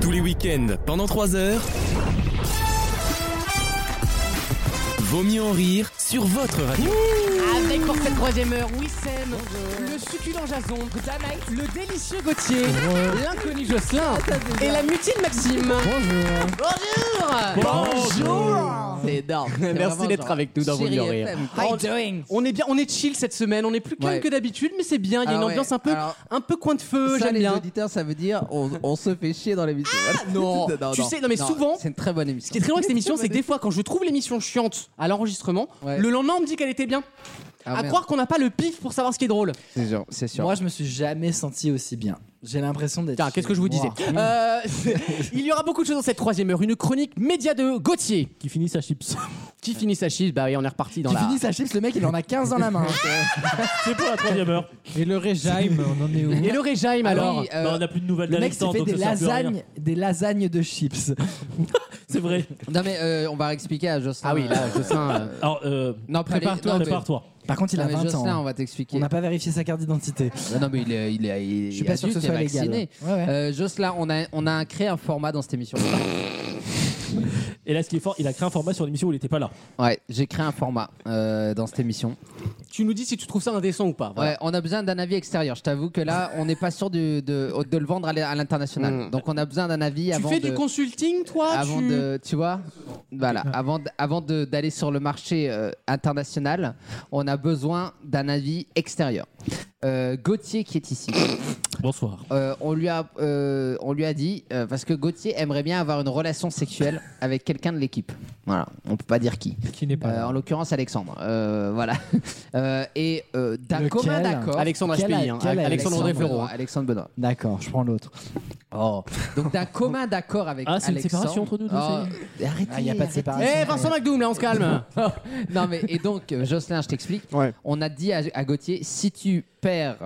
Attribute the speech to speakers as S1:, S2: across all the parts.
S1: Tous les week-ends, pendant 3 heures. Vaut mieux en rire sur votre radio.
S2: Avec pour cette troisième heure, Wissem, le succulent Jason, Danaï, le délicieux Gauthier, l'inconnu
S3: Ah,
S2: Jocelyn et la mutine Maxime. Bonjour Bonjour C'est énorme. C'est
S3: Merci
S2: vraiment
S3: d'être
S2: genre
S3: avec nous dans Vos
S2: chérie
S3: Mieux Rires.
S2: FM.
S3: On- On est bien, on est chill cette semaine, on est plus calme
S2: Ouais.
S3: que d'habitude, mais c'est bien, il y a
S2: Ah
S3: une
S2: ouais,
S3: ambiance un peu,
S2: alors-
S3: un peu coin de feu,
S2: Ça,
S3: j'aime
S2: les
S3: bien. Ah,
S2: auditeurs, ça veut dire on, on se fait chier dans l'émission. Voilà.
S3: non. Tu sais, non, mais souvent-
S2: C'est une très bonne
S3: Ce
S2: émission.
S3: qui est très drôle avec cette émission, c'est que des fois, quand je trouve l'émission chiante à l'enregistrement,
S2: Ouais.
S3: le lendemain, on me dit qu'elle était bien.
S2: Ah,
S3: à
S2: merde.
S3: croire qu'on n'a pas le pif pour savoir ce qui est drôle.
S2: C'est sûr. C'est sûr.
S4: Moi, je me suis jamais senti aussi bien. J'ai l'impression d'être.
S3: Tiens, qu'est-ce que je vous
S4: chez
S3: disais
S4: moi.
S3: Euh, Il y aura beaucoup de choses dans cette troisième heure. Une chronique média de Gauthier
S5: qui finit sa chips.
S3: qui finit sa chiffre. Bah oui, on est reparti dans
S4: Qui
S3: la.
S4: finit sa chips, le mec, il en a 15 dans la main. hein,
S5: C'est pour la troisième heure.
S6: Et le régime, on en est où
S3: Et le régime
S2: Ah
S3: alors
S4: Oui, euh,
S5: Bah, on n'a plus de nouvelles
S4: le mec s'est
S5: d'Alexandre,
S4: fait
S5: donc
S4: des
S5: ça sert plus à rien.
S4: lasagnes, des lasagnes de chips.
S5: C'est vrai.
S2: Non mais euh, on va réexpliquer à Jocelyn.
S3: Ah oui, là, Jocelyn. euh,
S5: Alors, euh,
S2: Non, pas les-
S5: prépare-toi,
S2: non, mais-
S5: prépare-toi.
S4: Par contre, il
S2: Non,
S4: a
S2: mais
S4: 20
S2: Jocelyn, on
S4: ans. hein.
S2: va
S4: On
S2: t'expliquer.
S4: n'a pas vérifié sa carte d'identité.
S2: Non, non, mais il est, il est, il
S4: Je suis pas sûr que ce soit légal.
S2: vacciné.
S4: Ouais, ouais.
S2: Euh, Jocelyn, on a, on a créé un format dans cette émission.
S5: Et là, ce qui est fort, il a créé un format sur l'émission où il n'était pas là.
S2: ouais, j'ai créé un format euh, dans cette émission.
S3: tu nous dis si tu trouves ça indécent ou pas. voilà.
S2: Ouais, on a besoin d'un avis extérieur. Je t'avoue que là, on n'est pas sûr de, de, de le vendre à l'é- à l'international.
S3: Mm.
S2: Donc, on a besoin d'un avis
S3: Tu
S2: avant
S3: fais
S2: de...
S3: du consulting, toi
S2: avant
S3: tu...
S2: de, tu vois, voilà,
S3: Ah.
S2: avant, d- avant de- d'aller sur le marché euh, international, on a besoin d'un avis extérieur. Euh, Gauthier qui est ici,
S5: Bonsoir.
S2: euh, on lui a, euh, on lui a dit euh, parce que Gauthier aimerait bien avoir une relation sexuelle avec quelqu'un de l'équipe. Voilà, on peut pas dire qui.
S6: Qui n'est pas
S2: Euh,
S6: là.
S2: en l'occurrence Alexandre. Euh, voilà. Euh, et euh, d'un
S4: Lequel
S2: commun accord.
S3: Alexandre
S4: Quel
S3: HPI, hein,
S4: quel
S3: Alexandre
S2: Alexandre
S3: Deferro,
S2: Benoît, Alexandre Benoît.
S4: euh, D'accord, je prends l'autre.
S2: Oh. Donc d'un commun d'accord avec
S5: Ah, c'est une
S2: Alexandre.
S5: séparation entre nous deux,
S2: Oh, Arrêtez.
S4: Ah, il n'y a pas de
S2: arrêtez.
S3: Eh
S4: séparation.
S3: Vincent McDoom, là, on se calme.
S2: Non mais et donc euh, Jocelyn, je t'explique.
S3: Ouais.
S2: On a dit à, à Gauthier si tu perds,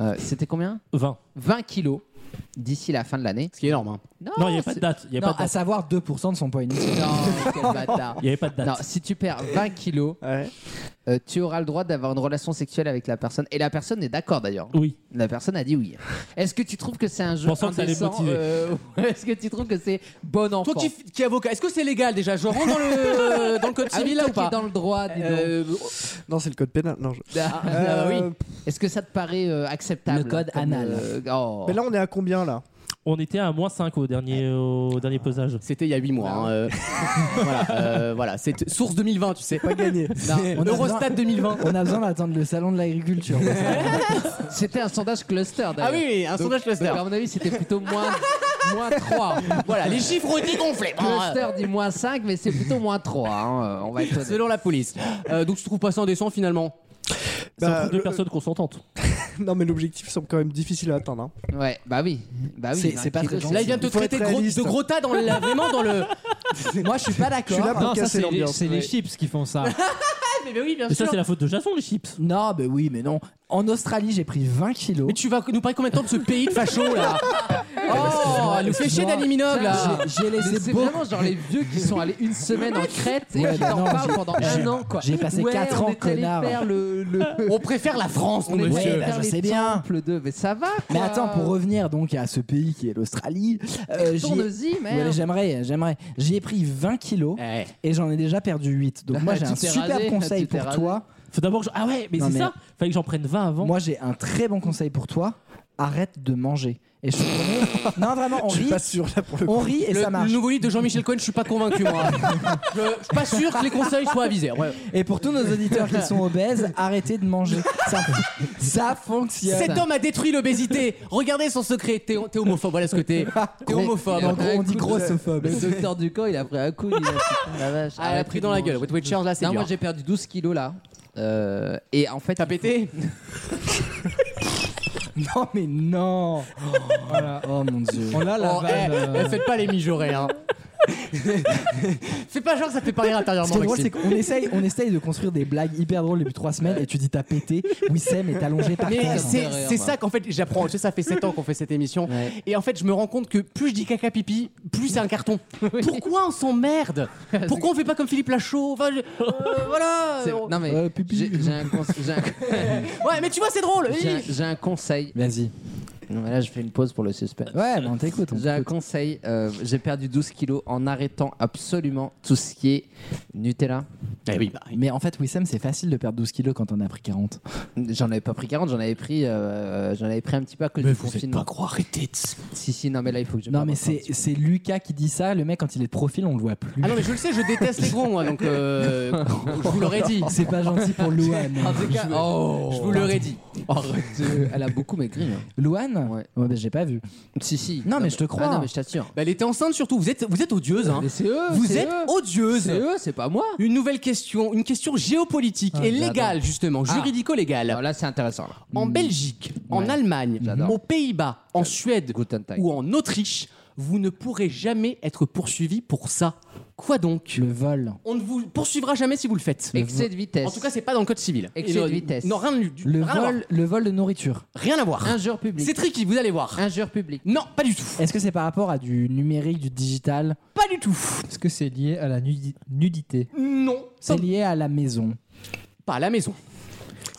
S2: euh, c'était combien
S5: 20.
S2: 20 kilos d'ici la fin de l'année.
S3: Ce qui est énorme. hein.
S5: Non, il n'y avait pas de
S2: c'est-
S5: date. Il n'y avait
S4: Non,
S5: pas de
S4: à
S5: date.
S4: savoir 2% de son poids initial.
S2: Non, quel bâtard.
S5: Il y avait pas de date.
S2: ah, Non, si tu perds 20 kilos, euh, tu auras le droit d'avoir une relation sexuelle avec la personne. Et la personne est d'accord d'ailleurs.
S5: Oui.
S2: La personne a dit oui. Est-ce que tu trouves que c'est un jeu
S5: pensant que ça allait me
S2: indécent,
S5: motiver.
S2: euh, ou Est-ce que tu trouves que c'est bon enfant
S3: Toi qui, f- qui est avocat, est-ce que c'est légal déjà Je rentre dans le, dans le code
S2: Ah oui,
S3: civil là
S2: toi
S3: ou pas
S2: qui est dans le droit, dis donc.
S3: Euh,
S7: Non, c'est le code pénal. Non, je-
S2: Ah,
S7: Euh,
S2: bah oui. Est-ce que ça te paraît euh, acceptable
S4: Le code
S2: comme,
S4: anal.
S2: euh, oh.
S7: Mais là, on est à combien là
S5: On était à moins 5 au dernier, au dernier pesage.
S3: C'était il y a 8 mois. hein, euh. voilà, euh, voilà. c'est source 2020, tu sais. Pas gagné.
S4: on a
S3: Eurostat
S4: besoin-
S3: 2020.
S4: On a besoin d'attendre le salon de l'agriculture.
S2: C'était un sondage cluster d'ailleurs.
S3: Ah oui, oui, un
S2: Donc-
S3: sondage cluster.
S2: donc, à mon avis, c'était plutôt moins, moins 3.
S3: Voilà, les chiffres ont été gonflés. Bon, euh,
S2: Cluster dit moins 5, mais c'est plutôt moins 3. hein, euh, On va être honnête.
S3: Selon la police. Euh, donc tu trouves pas ça indécent finalement
S5: C'est
S7: Bah,
S5: entre deux
S7: le-
S5: personnes consentantes.
S7: Non, mais l'objectif semble quand même difficile à atteindre. hein.
S2: Ouais, bah oui. Bah oui
S4: C'est- c'est pas très gentil.
S3: Là, il vient de te
S7: Faut
S3: traiter de
S7: être
S3: gros,
S7: réaliste.
S3: de gros tas dans le, vraiment dans le.
S4: Moi, je suis pas
S7: Je suis là
S4: d'accord.
S7: pour
S6: Non, ça,
S7: casser
S6: c'est les,
S7: l'ambiance.
S6: c'est les
S7: Ouais.
S6: chips qui font ça.
S3: Mais, mais oui, bien
S5: Et ça, c'est la faute de Jason, les chips.
S4: Non, mais oui, mais non. En Australie, j'ai pris 20 kilos.
S3: Mais tu vas nous parler combien de temps de ce pays de facho là Oh, elle nous fait chier
S4: excuse-moi.
S3: d'Ali Minogue là
S4: J'ai- J'ai
S2: Oh Mais
S4: laissé
S2: C'est
S4: beaucoup.
S2: vraiment genre les vieux qui sont allés une semaine en Crète et
S4: Ouais,
S2: qui
S4: bah
S2: en
S4: non,
S2: parlent
S4: j'ai-
S2: pendant un
S4: j'ai-
S2: an quoi.
S4: j'ai passé
S2: Ouais,
S4: quatre
S2: on
S4: ans,
S2: est allé
S4: connard. Oh,
S2: faire le, le-
S3: On préfère la France, mon
S2: on est allé
S3: monsieur
S4: bah,
S2: faire
S4: je
S2: les
S4: sais bien.
S2: temples de mais ça va
S4: Mais
S2: quoi.
S4: attends, pour revenir donc à ce pays qui est l'Australie, euh, j'y-
S2: Tourne-y,
S4: Ouais,
S2: merde.
S4: j'aimerais, j'aimerais. J'y ai pris 20 kilos
S3: Eh,
S4: et j'en ai déjà perdu 8. Donc
S2: Ah,
S4: moi j'ai
S2: tu
S4: un
S2: t'es
S4: super
S2: rasé,
S4: conseil
S2: tu t'es
S4: pour
S2: rasé.
S4: toi.
S5: Faut d'abord que je- Ah ouais, mais
S4: Non,
S5: c'est
S4: mais-
S5: ça. Fallait que j'en prenne 20 avant.
S4: Moi j'ai un très bon conseil pour toi. Arrête de manger. Et je suis vraiment- Non vraiment, on
S7: Je suis
S4: rit,
S7: pas sûr là pour le coup.
S4: on rit et
S3: le,
S4: ça marche.
S3: le nouveau livre de Jean-Michel Cohen, je suis pas convaincu moi. je, je suis pas sûr que les conseils soient avisés. Ouais.
S4: Et pour tous nos auditeurs qui sont obèses, arrêtez de manger. Ça, ça fonctionne.
S3: Cet homme a détruit l'obésité. Regardez son secret. T'es t'es homophobe, voilà ce que t'es. T'es homophobe.
S2: Et
S4: En
S3: hein.
S4: gros, on dit grossophobe.
S2: Le docteur du camp, il a pris un coup. Il a, Putain, la vache,
S3: Ah, elle a
S2: arrête
S3: pris
S2: de
S3: dans la
S2: manger.
S3: gueule. Wet Watchers là, c'est
S2: Non,
S3: dur.
S2: moi j'ai perdu 12 kilos là. Euh, et en fait,
S3: T'as pété
S4: Non mais non.
S6: Voilà.
S4: Oh mon dieu.
S6: On a la
S3: Oh,
S6: vanne,
S3: eh,
S6: euh,
S3: eh, Faites pas les mijaurés, hein. Fais pas genre que ça te fait pas rire
S4: Ce
S3: intérieurement.
S4: qui est drôle,
S3: Maxime.
S4: c'est qu'on essaye, on essaye de construire des blagues hyper drôles depuis trois semaines et tu dis t'as pété, Wissem est allongé par
S3: Mais
S4: terre.
S3: c'est
S2: Derrière,
S3: c'est
S2: bah.
S3: ça qu'en fait j'apprends. Tu sais, ça fait 7 ans qu'on fait cette émission. Et en fait, je me rends compte que plus je dis caca pipi, plus c'est un carton. Pourquoi on s'emmerde Pourquoi on fait pas comme Philippe Lachaud Enfin, je- euh, Voilà
S2: c'est- Non, mais
S4: pipi.
S2: j'ai j'ai un, conse- j'ai un-
S3: Ouais, mais tu vois, c'est drôle
S2: j'ai un- j'ai un conseil.
S4: Vas-y.
S2: Non, mais là, je fais une pause pour le suspense.
S8: Ouais, mais on t'écoute. on
S2: J'ai un
S8: t'écoute.
S2: conseil, euh, j'ai perdu 12 kilos en arrêtant absolument tout ce qui est Nutella.
S8: Mais en fait, Wissem, c'est facile de perdre 12 kilos quand on a pris 40.
S2: J'en avais pas pris 40, j'en avais pris, euh, j'en avais pris un petit peu à cause du confinement.
S3: quoi, arrêtez de...
S2: Si, si, non, mais là, il faut que je.
S8: Non,
S2: perde
S8: mais
S2: encore un
S8: c'est
S2: petit peu.
S8: c'est Lucas qui dit ça. Le mec, quand il est de profil, on le voit plus.
S3: Ah non, mais je le sais, je déteste les gros, moi, donc euh,
S8: Oh,
S3: je vous l'aurais dit.
S8: C'est pas gentil pour Louane.
S2: En tout cas, oh,
S3: Je vous l'aurais dit.
S2: elle a beaucoup maigri. hein.
S8: Louane
S2: Ouais.
S8: Ouais, bah, j'ai pas vu.
S2: Si, si.
S8: Non, mais je te crois.
S2: Ah, non, mais je t'assure.
S3: Bah, elle était enceinte surtout, vous êtes, vous êtes odieuse, hein.
S2: Mais c'est eux.
S3: Vous
S2: c'est
S3: êtes
S2: eux.
S3: odieuse.
S2: C'est eux, c'est pas moi.
S3: Une nouvelle question, une question géopolitique et
S2: j'adore.
S3: légale, justement,
S2: Ah.
S3: juridico-légale.
S2: Alors là, c'est intéressant. là.
S3: En Belgique, en
S2: Ouais.
S3: Allemagne,
S2: J'adore.
S3: aux Pays-Bas, en Suède
S2: Guten Tag.
S3: ou en Autriche, vous ne pourrez jamais être poursuivi pour ça. Quoi donc
S8: Le vol.
S3: On ne vous poursuivra jamais si vous le faites.
S2: Excès de vitesse.
S3: En tout cas, c'est pas dans le code civil.
S2: Excès
S3: Et le-
S2: de vitesse.
S3: Non, rien, du- du-
S8: Le
S3: rien à voir.
S8: vol, le vol de nourriture.
S3: Rien à voir.
S2: injure publique.
S3: C'est tricky, vous allez voir.
S2: Injure publique.
S3: Non, pas du tout.
S8: Est-ce que c'est par rapport à du numérique, du digital
S3: Pas du tout.
S9: Est-ce que c'est lié à la nudi- nudité
S3: Non,
S8: C'est lié à la maison.
S3: pas à la maison.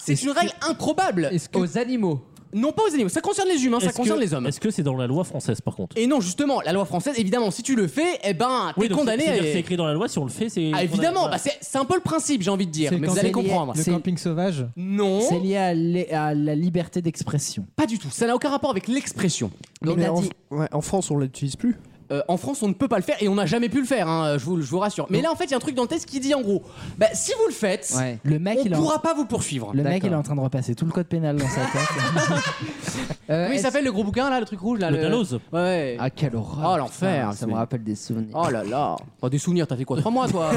S3: C'est une règle improbable. Euh,
S9: Est-ce que
S2: Aux animaux.
S3: Non, pas aux animaux. Ça concerne les humains, ça
S5: Est-ce
S3: concerne
S5: que-
S3: les hommes.
S5: Est-ce que c'est dans la loi française par contre
S3: Et non, justement, la loi française, évidemment, si tu le fais, eh ben, t'es
S5: donc,
S3: condamné.
S5: c'est-à-dire
S3: à-
S5: que C'est écrit dans la loi, si on le fait, c'est.
S3: Ah, évidemment,
S5: Voilà.
S3: bah, c'est c'est un peu le principe, j'ai envie de dire,
S9: C'est
S3: mais
S9: quand
S3: vous allez
S9: c'est lié-
S3: comprendre.
S9: le
S8: C'est-
S9: camping sauvage
S3: Non,
S8: C'est lié à, l'é- à la liberté d'expression.
S3: pas du tout. Ça n'a aucun rapport avec l'expression.
S8: Mais
S7: Mais
S8: t'as
S7: en,
S8: dit-
S7: ouais, en France, on l'utilise plus.
S3: Euh, en France, on ne peut pas le faire et on n'a jamais pu le faire, hein, je, vous, je vous rassure. Mais là, en fait, il y a un truc dans le test qui dit en gros bah, si vous le faites,
S2: Ouais.
S8: Le mec,
S3: on
S8: il
S3: ne
S8: est en-
S3: pourra pas vous poursuivre.
S8: le mec,
S2: D'accord.
S8: il est en train de repasser tout le code pénal dans sa tête.
S2: Euh,
S3: Comment il
S2: est-ce-
S3: s'appelle le gros bouquin, là, le truc rouge, là
S5: Le
S3: le-
S5: Dalloz.
S3: Ouais, Ouais.
S2: Ah, quelle horreur.
S3: Oh, l'enfer,
S2: Putain, Ça me
S3: c'est-
S2: rappelle des souvenirs.
S3: Oh là là. Pas des souvenirs, t'as fait quoi Trois mois, toi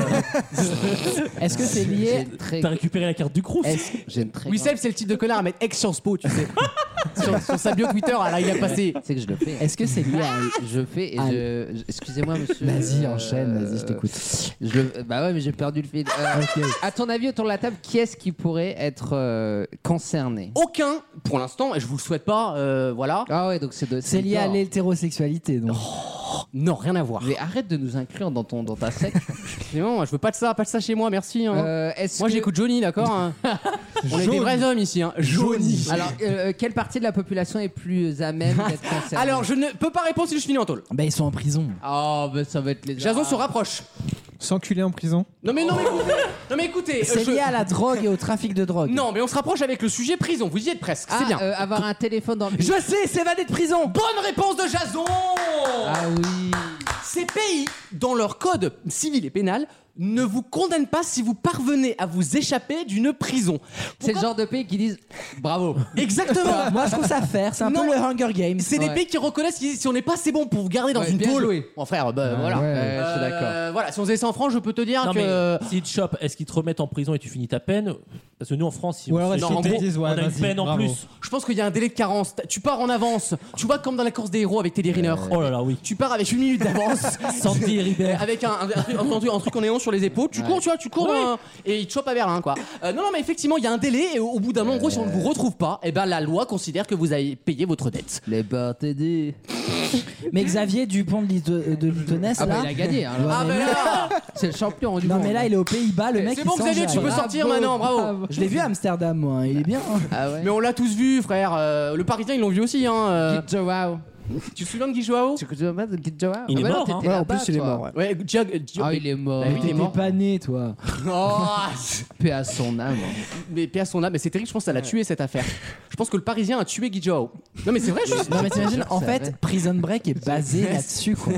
S8: Est-ce que c'est
S2: J'ai
S8: lié
S2: une très-
S5: T'as récupéré la carte du Crous.
S2: est-ce- J'ai une très.
S3: Oui,
S2: grande-
S3: Seb, c'est le type de connard à mettre ex-Sciences Po, tu sais. sur, sur sa bio Twitter, ah, là, il a passé.
S2: C'est que je le fais.
S8: Est-ce que c'est lié à
S2: Je fais et
S8: Ah,
S2: je. je- Excusez-moi, monsieur.
S8: Vas-y,
S2: euh,
S8: enchaîne, vas-y, je t'écoute.
S2: je- Bah ouais, mais j'ai perdu le fil. Euh, À ton avis, autour de la table, qui est-ce qui pourrait être euh, concerné
S3: Aucun, pour l'instant, et je vous le souhaite pas, euh, voilà.
S2: Ah ouais, donc c'est de.
S8: C'est lié à
S2: l'élite.
S8: l'hétérosexualité, donc.
S3: Oh. Non, rien à voir.
S2: Mais arrête de nous inclure dans ton dans ta secte.
S3: Mais non, moi, je veux pas de ça, pas de ça chez moi, merci. hein.
S2: Euh, est-ce
S3: moi
S2: que-
S3: j'écoute Johnny, d'accord hein. On est des vrais hommes ici. Hein. Johnny.
S2: Alors, euh, quelle partie de la population est plus à même d'être concernée
S3: Alors je ne peux pas répondre si je finis en tôle.
S8: Bah, ils sont en prison.
S2: Oh, bah ça va être les.
S3: Jason se rapproche.
S9: S'enculer en prison
S3: Non mais non mais écoutez, non mais écoutez. euh,
S8: C'est
S3: je-
S8: lié à la drogue et au trafic de drogue.
S3: Non mais on se rapproche avec le sujet prison. Vous y êtes presque.
S2: Ah,
S3: c'est bien.
S2: euh, avoir un téléphone dans le.
S3: Je sais, s'évader de prison. Bonne réponse de Jason.
S2: Ah oui.
S3: Ces pays, dans leur code civil et pénal, ne vous condamnent pas si vous parvenez à vous échapper d'une prison.
S2: C'est le genre de pays qui disent bravo.
S3: Exactement.
S8: Moi, je trouve ça faire. C'est un
S3: Non.
S8: peu le Hunger Games.
S3: C'est des
S2: Ouais.
S3: pays qui reconnaissent que si on n'est pas assez bon pour vous garder dans
S2: Ouais,
S3: une
S2: bien
S3: tôle.
S2: joué.
S3: Mon frère, bah, voilà.
S9: ouais.
S2: Ouais, je suis
S3: Euh,
S2: d'accord.
S3: Voilà, si on faisait 100 francs, je peux te dire
S5: Non, mais
S3: que.
S5: s'ils te chopent, est-ce qu'ils te remettent en prison et tu finis ta peine Parce que nous en France, si
S9: Ou
S5: on
S9: alors
S5: se fait
S9: est-ce
S3: Non, en
S9: qu'ils te
S5: choper,
S3: gros,
S9: disent
S5: on
S9: ouais,
S5: a une
S9: vas-y,
S5: peine en
S9: bravo.
S5: plus.
S3: Je pense qu'il y a un délai de carence. Tu pars en avance. Tu vois, comme dans la course des héros avec Teddy Riner.
S5: Oh là là, oui.
S3: Tu pars avec une minute d'avance. Euh,
S5: Sandy Ribert.
S3: Avec un, un, truc- un truc- un truc en néon sur les épaules, tu cours, tu vois, tu cours euh, et il te chope à Berlin, quoi. Euh, non, non, mais effectivement, il y a un délai et au, au bout d'un moment, en gros, si on ne vous retrouve pas, eh ben la loi considère que vous avez payé votre dette.
S2: Les bars t'aider.
S8: Mais Xavier Dupont de Lito- euh, de Litonesse,
S2: Ah bah il
S8: là.
S2: a gagné. hein,
S8: Ouais.
S2: là.
S3: Ah, ben là
S2: C'est le champion du
S8: Non,
S2: monde.
S8: mais là, il est aux Pays-Bas. Le mec,
S3: C'est
S8: il
S3: bon,
S8: s'en
S3: Xavier,
S8: jette.
S3: tu peux
S2: Bravo,
S3: sortir Bah maintenant, bravo
S8: Je l'ai vu à Amsterdam, moi. Il est bien. hein.
S2: Ah ouais.
S3: Mais on l'a tous vu, frère. Euh, le Parisien, ils l'ont vu aussi, hein. euh.
S2: Guy Joao.
S3: tu te souviens de Guy Joao
S2: Tu connais pas de Guy Joao
S5: Il
S2: Ah
S5: est
S2: bah non,
S5: mort, hein.
S7: Ouais,
S2: t'étais
S7: en
S2: là-bas,
S7: plus, il est
S2: toi.
S7: mort. ouais.
S3: Ouais, Gia- Gia-
S2: Ah, il est mort.
S3: Bah oui, il est
S8: T'étais
S3: mort.
S8: pas né, toi.
S3: Oh,
S2: Paix à son âme.
S3: Mais paix à son âme, mais c'est terrible, je pense que ça l'a tué cette affaire. Je pense que le Parisien a tué Guy Joao. Non mais c'est vrai, je-
S8: Non, mais t'imagines, en
S2: Ça va.
S8: fait, Prison Break est basé là-dessus, quoi.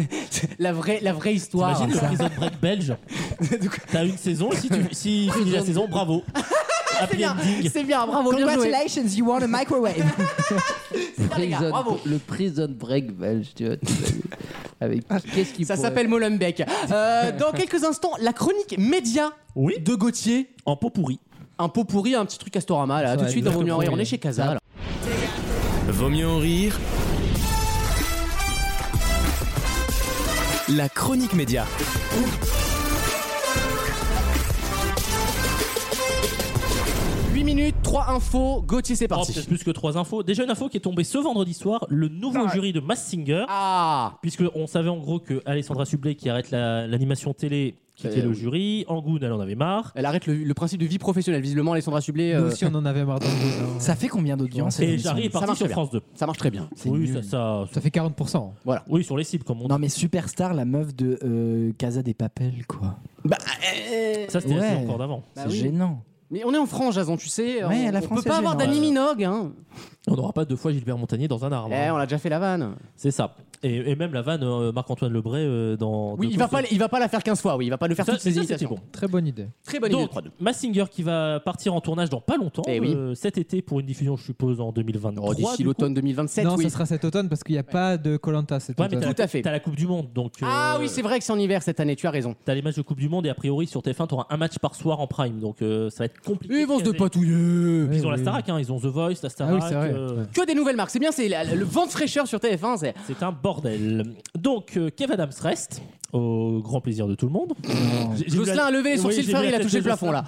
S3: la vraie, la vraie histoire.
S5: T'imagines le prison break belge T'as une saison, si tu si finis la saison, bravo.
S3: C'est
S5: Happy
S3: bien,
S5: ending.
S3: c'est bien, bravo, bien joué.
S8: Congratulations, you won a microwave.
S3: C'est bien, les gars,
S2: Prison-
S3: bravo.
S2: le prison break belge, tu vois. tu vois. Avec qu'est-ce qui
S3: Ça
S2: pourrait-
S3: s'appelle Molenbeek. Euh, dans quelques instants, la chronique média
S5: Oui,
S3: de Gauthier.
S5: en pot pourri.
S3: Un pot pourri, un petit truc Astorama, là, tout de
S9: va
S3: suite
S9: être
S3: dans Vaut mieux en rire.
S9: pourri.
S3: On est chez Casa. là.
S1: Vaut mieux en rire. La chronique média.
S3: Huit minutes, Trois infos, Gauthier, c'est
S5: Oh,
S3: parti.
S5: peut-être plus que trois infos. Déjà une info qui est tombée ce vendredi soir, le nouveau jury de Mass Singer,
S3: ah
S5: puisque on savait en gros que Alessandra Sublet qui arrête la- l'animation télé quittait
S3: Euh,
S5: le
S3: oui.
S5: jury, Angoun elle en avait marre.
S3: Elle arrête le, le principe de vie professionnelle. Visiblement, Alessandra Sublet,
S9: Nous
S3: euh,
S9: aussi, on en avait marre d'en jouer, hein.
S8: Ça fait combien d'audience cette
S5: Et
S8: émission
S5: Jarry est parti
S3: marche
S5: sur
S3: bien.
S5: France 2.
S3: ça marche très bien.
S8: C'est
S5: Oui,
S8: nul.
S5: ça, ça-
S9: Ça fait 40%.
S5: oui, sur les cibles comme on dit.
S8: Non mais Superstar, la meuf de euh, Casa des Papel, quoi.
S3: Bah, euh,
S5: Ça c'était la
S8: Ouais.
S5: saison encore d'avant.
S3: bah
S8: c'est
S3: oui.
S8: gênant.
S3: Mais on est en France, Jason, tu sais.
S8: Ouais,
S3: on,
S8: la
S3: on
S8: France,
S3: peut
S8: c'est
S3: pas avoir
S8: gênant.
S3: d'Annie Minogue. Hein.
S5: On n'aura pas deux fois Gilbert Montagnier dans un arbre.
S3: Eh,
S5: hein.
S3: on a déjà fait la vanne.
S5: C'est ça. Et, et même la vanne euh, Marc-Antoine Lebray euh, dans.
S3: Oui,
S5: de
S3: il va,
S5: Toast.
S3: pas, il va pas la faire 15 fois, oui. Il va pas le faire
S5: Ça,
S3: toutes ses
S5: ça, c'était
S3: imitations.
S5: bon.
S9: Très bonne idée.
S3: Très bonne idée.
S5: Donc, Massinger qui va partir en tournage dans pas longtemps,
S3: Eh oui.
S5: euh, cet été pour une diffusion, je suppose, en 2023.
S3: Oh, D'ici
S5: du coup.
S3: l'automne 2027,
S9: non,
S3: oui.
S9: ça sera cet automne parce qu'il n'y a pas de Colanta cet
S5: Ouais, mais
S9: automne.
S5: t'as
S3: Tout à fait.
S5: T'as la Coupe du Monde, donc.
S3: Ah
S5: euh,
S3: oui, c'est vrai que c'est en hiver cette année, tu as raison.
S5: T'as les matchs de Coupe du Monde et a priori sur TF1, t'auras un match par soir en prime, donc euh, ça va être compliqué.
S3: Ils vont se
S5: de caser.
S3: dépatouiller.
S5: Ils ont la
S9: Oui, oui.
S5: Starac, hein, ils ont The Voice, la Starac.
S9: Ah oui, c'est vrai.
S5: euh,
S3: Que des nouvelles marques, c'est bien, c'est la- le vent de fraîcheur sur TF1. c'est-
S5: c'est un bordel. Donc, euh, Kev Adams reste, au grand plaisir de tout le monde. J'ai- j'ai vu la-
S3: Jocelyn a levé les
S5: Oui,
S3: sourcils,
S5: j'ai
S3: Ferry,
S5: vu
S3: il a
S5: la tête
S3: touché le
S5: de
S3: plafond là.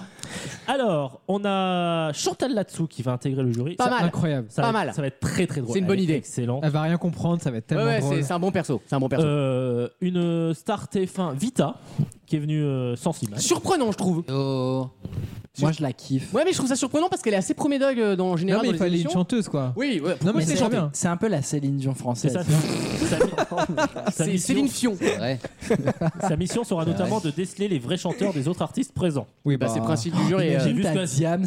S5: Jocelyn. Alors, on a Chantal Latsou qui va intégrer le jury.
S3: Pas
S5: Ça-
S3: mal.
S9: Incroyable.
S5: ça
S3: pas
S5: va être-
S3: mal.
S5: Ça va être très très drôle.
S3: C'est une bonne
S5: Elle est
S3: idée.
S5: Excellent.
S9: Elle va rien comprendre, ça va être
S3: Ouais,
S9: tellement
S3: ouais,
S9: drôle.
S3: c'est c'est un bon perso. C'est un bon perso.
S5: Euh, une star TF1 Vita qui est venue euh, sans image.
S3: Surprenant, je trouve.
S2: Oh.
S8: Moi je la kiffe.
S3: Ouais, mais je trouve ça surprenant parce qu'elle est assez promédogue euh, dans en général.
S9: Non, mais
S3: dans
S9: il
S3: les
S9: fallait une
S3: émissions.
S9: chanteuse, quoi.
S3: Oui, ouais.
S5: Ah,
S9: Non, mais
S8: Mais
S9: c'est très bien.
S8: c'est un peu la Céline Dion
S5: C'est
S8: française.
S5: ça. sa- sa
S3: Oh, C'est
S5: mission-
S3: Céline Fion.
S2: vrai.
S5: Sa mission sera notamment de déceler les vrais chanteurs des autres artistes présents.
S9: Oui,
S3: Bah,
S9: bah,
S3: c'est le principe du jury.
S5: J'ai
S3: euh,
S5: vu
S8: Imagine
S5: ce
S8: t'as
S5: que-
S8: Diams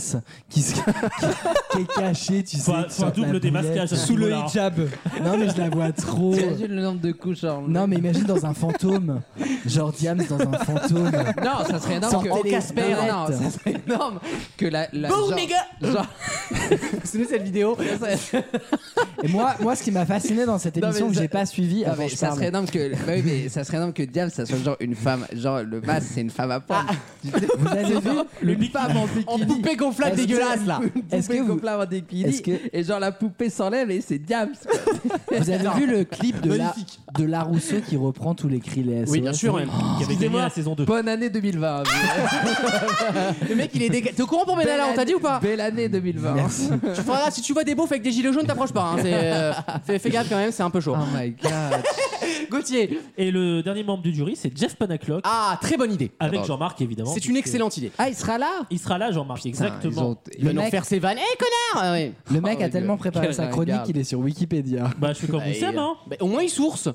S8: qui, se... qui est caché, tu
S5: Faut
S8: sais.
S5: un-
S8: sur
S5: faut un
S8: la
S5: double
S8: boulette.
S5: démasquage hein, à ce
S9: sous le
S5: niveau-là.
S9: hijab.
S8: Non mais je la vois trop.
S2: Imagine
S3: euh,
S2: le nombre de couches à enlever.
S8: Non mais imagine dans un fantôme, genre Diams dans un fantôme.
S2: Non, ça serait énorme
S8: Sans
S2: que.
S8: télé-
S2: Casper, non, non, ça serait énorme que la. la
S3: Boum,
S2: genre-
S3: les gars
S2: genre-
S3: Vous savez cette vidéo
S8: Et moi, moi, ce qui m'a fasciné dans cette
S2: Non, mais
S8: émission que
S2: ça-
S8: j'ai pas suivi,
S2: Non,
S8: avant
S2: mais
S8: je
S2: ça
S8: parle,
S2: serait énorme que. bah oui, mais ça serait énorme que Diable, ça soit genre une femme. Genre, le masque, c'est une femme à poil. Tu sais,
S8: vous avez vu
S5: Le
S2: une femme en bikini.
S3: Ah, euh, En poupée gonflable
S8: Est-ce que-
S3: dégueulasse là.
S8: Est-ce que
S2: Poupée
S8: vous-
S2: gonflable en bikini.
S8: est-ce que-
S2: Et genre, la poupée s'enlève et c'est Diable.
S8: Vous avez vu le clip de la, de la Rousseau qui reprend tous les cris les
S3: Oui, bien
S8: SOS?
S3: sûr. hein.
S5: Qui avait gagné la saison 2.
S2: Bonne année 2020.
S3: Ah, Le mec, il est dégueulasse. T'es au courant pour Benalla, on t'a dit ou pas
S2: Belle année 2020.
S8: Merci.
S3: Tu feras- si tu vois des beaufs avec des gilets jaunes, t'approches pas. hein, c'est, euh, fais, fais gaffe quand même, c'est un peu chaud.
S2: Oh
S5: Ah.
S2: my god.
S3: Gauthier,
S5: Et le dernier membre du jury, c'est Jeff Panaclock.
S3: ah, très bonne idée.
S5: Avec Jean-Marc, évidemment.
S3: C'est une
S5: puisque-
S3: excellente idée.
S2: Ah, il sera là
S5: Il sera là, Jean-Marc,
S2: Putain, ils
S5: exactement.
S2: ont-
S3: Il va
S2: le
S3: nous
S2: mec-
S3: faire ses vannes. Hé, connard Ah oui.
S8: Le mec
S2: Oh,
S8: a tellement
S2: quel-
S8: préparé
S2: quel
S8: sa chronique,
S2: ringard.
S8: il est sur Wikipédia.
S5: Bah, je suis comme Wissem, hein.
S3: Bah, ah. Au moins, il source.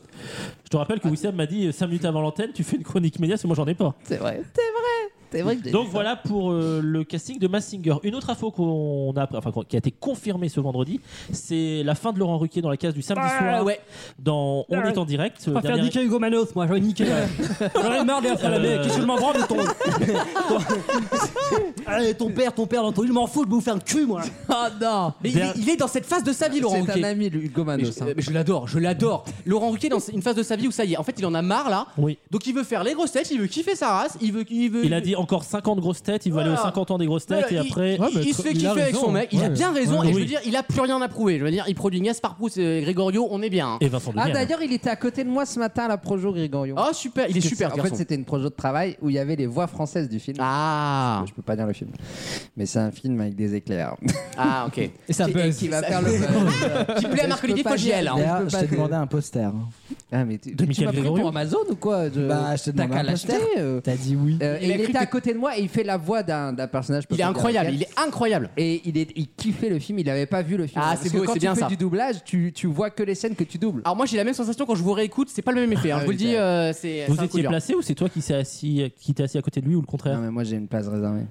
S5: Je te rappelle que Wissem m'a dit 5 minutes avant l'antenne, tu fais une chronique média, parce que moi j'en ai pas.
S2: C'est vrai. C'est vrai. C'est vrai que j'ai
S5: Donc
S2: dit ça.
S5: voilà pour euh, le casting de Massinger. Une autre info qu'on a, enfin, qu'on- qui a été confirmée ce vendredi, c'est la fin de Laurent Ruquier dans la case du samedi soir.
S3: ouais.
S5: Dans On est en direct. euh,
S10: Je préfère
S5: dernière-
S10: niquer Hugo Manos, moi, j'aurais niqué. ouais. J'en ai marre d'ailleurs, la
S5: Euh.
S10: qu'est-ce que je m'en branle de ton. Allez, ton père, ton père, l'a entendu, je m'en fous, je vais vous faire un cul, moi.
S3: Oh non Mais il, est- il est dans cette phase de sa vie, Laurent
S2: C'est un
S3: Ruquier.
S2: ami, le Hugo
S3: Mais
S2: Manos.
S3: je
S2: hein.
S3: euh, mais je l'adore, je l'adore. Laurent Ruquier est dans une phase de sa vie où ça y est, en fait, il en a marre là.
S5: Oui.
S3: Donc il veut faire les grosses têtes, il veut kiffer sa race, il veut, il veut.
S5: Il a dit encore 50 grosses têtes, il va aller aux
S3: Voilà.
S5: 50 ans des grosses têtes
S3: Voilà,
S5: et
S3: il-
S5: après.
S3: il,
S9: Ouais, bah,
S3: il se fait
S9: il a
S3: kiffer avec
S9: raison.
S3: son mec. Il a
S9: Ouais.
S3: bien raison.
S5: Ouais,
S3: et je
S5: oui.
S3: veux dire, il a plus rien à prouver. Je veux dire, il produit Gaspard Proust, et Grégorio, on est bien. hein.
S5: Et Vincent de
S2: Ah,
S5: Vienne.
S2: d'ailleurs, il était à côté de moi ce matin à la Projo Grégorion.
S3: Oh super, il est
S2: Parce que
S3: super.
S2: c'est- En
S3: garçon.
S2: fait, c'était une projo de travail où il y avait les voix françaises du film.
S3: ah
S2: Je peux pas dire le film. Mais c'est un film avec des éclairs.
S3: ah ok.
S9: Et ça
S2: Qui-
S9: buzz.
S2: Qui va faire le buzz.
S3: Qui plaît à Marc-Olivier
S2: peux pas
S3: Fogiel.
S2: dire.
S3: hein.
S8: D'ailleurs,
S2: peux
S8: je
S2: pas
S8: t'ai
S2: te-
S8: demandé un poster.
S2: Ah, mais tu,
S5: De
S2: tu
S5: Michael
S2: m'as pris
S5: Gregorio.
S2: pour Amazon ou quoi Je-
S8: Bah, je te
S2: T'as
S8: demande
S2: qu'à
S8: un
S2: l'acheter.
S8: poster.
S2: euh.
S8: T'as dit oui.
S2: Euh, et
S3: Il
S2: il,
S3: a cru
S2: était
S3: que-
S2: à côté de moi et il fait la voix d'un d'un personnage. je peux
S3: Il est
S2: pas dire
S3: incroyable,
S2: lequel.
S3: il est incroyable.
S2: Et il, est, il kiffait le film, il avait pas vu le film.
S3: Ah,
S2: Parce
S3: c'est
S2: que
S3: beau,
S2: quand
S3: c'est
S2: tu
S3: bien
S2: fais
S3: ça.
S2: du doublage, tu, tu vois que les scènes que tu doubles.
S3: Alors moi j'ai la même sensation quand je vous réécoute, c'est pas le même effet. hein. Je vous le dis, euh, c'est c'est
S5: Vous
S3: un coup
S5: étiez
S3: dur.
S5: placé ou c'est toi qui s'est assis, qui t'es assis à côté de lui ou le
S2: Non,
S5: contraire
S2: mais moi j'ai une place réservée.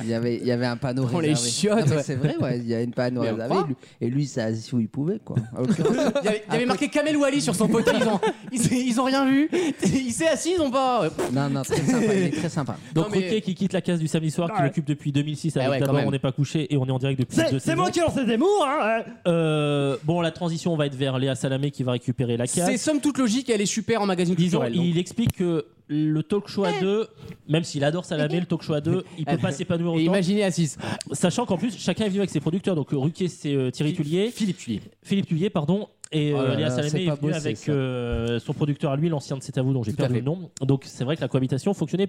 S2: il, y avait, il y avait un panneau
S3: Oh, les
S2: réservé.
S3: chiottes,
S2: Non, mais
S3: ouais.
S2: C'est vrai, ouais, il y a une panneau
S3: Mais on
S2: réservé.
S3: croit.
S2: lui- et lui, ça assis où il pouvait, quoi. En l'occurrence,
S3: Il y avait, il y avait marqué Kamel Wally sur son poteau, ils ont, ils, ils ont rien vu. Il s'est assis, ils ont pas.
S2: non, non, très sympa, il est très sympa.
S5: Donc
S3: Non, mais-
S5: Ruquier qui quitte la case du samedi soir, qui
S10: Ouais.
S5: l'occupe depuis 2006 avec
S3: Ah ouais, quand
S5: d'abord
S3: même.
S5: on n'est pas couché et on est en direct depuis deux
S10: C'est c'est
S5: saisons.
S10: moi qui ai lancé des mots, hein. ouais.
S5: Euh, bon, la transition va être vers Léa Salamé qui va récupérer la
S3: C'est
S5: case.
S3: somme toute logique, elle est super en magazine
S5: Disons,
S3: culturel. donc.
S5: il explique que le talk show à deux, même s'il adore Salamé, le talk show à deux, il peut pas s'épanouir
S3: Et
S5: autant.
S3: imaginez Assis.
S5: Sachant qu'en plus, chacun est venu avec ses producteurs. Donc euh, Ruquier, c'est euh, Thierry Tullier.
S3: Philippe Tullier.
S5: Philippe Tullier, pardon. Et
S2: Oh
S5: euh,
S2: là
S5: Léa
S2: là, c'est
S5: Salamé est
S2: pas
S5: venue
S2: bossé,
S5: avec
S2: ça.
S5: euh, son producteur à lui, l'ancien de C'est à vous, dont j'ai
S3: Tout à
S5: perdu
S3: fait.
S5: le nom. Donc c'est vrai que la cohabitation fonctionnait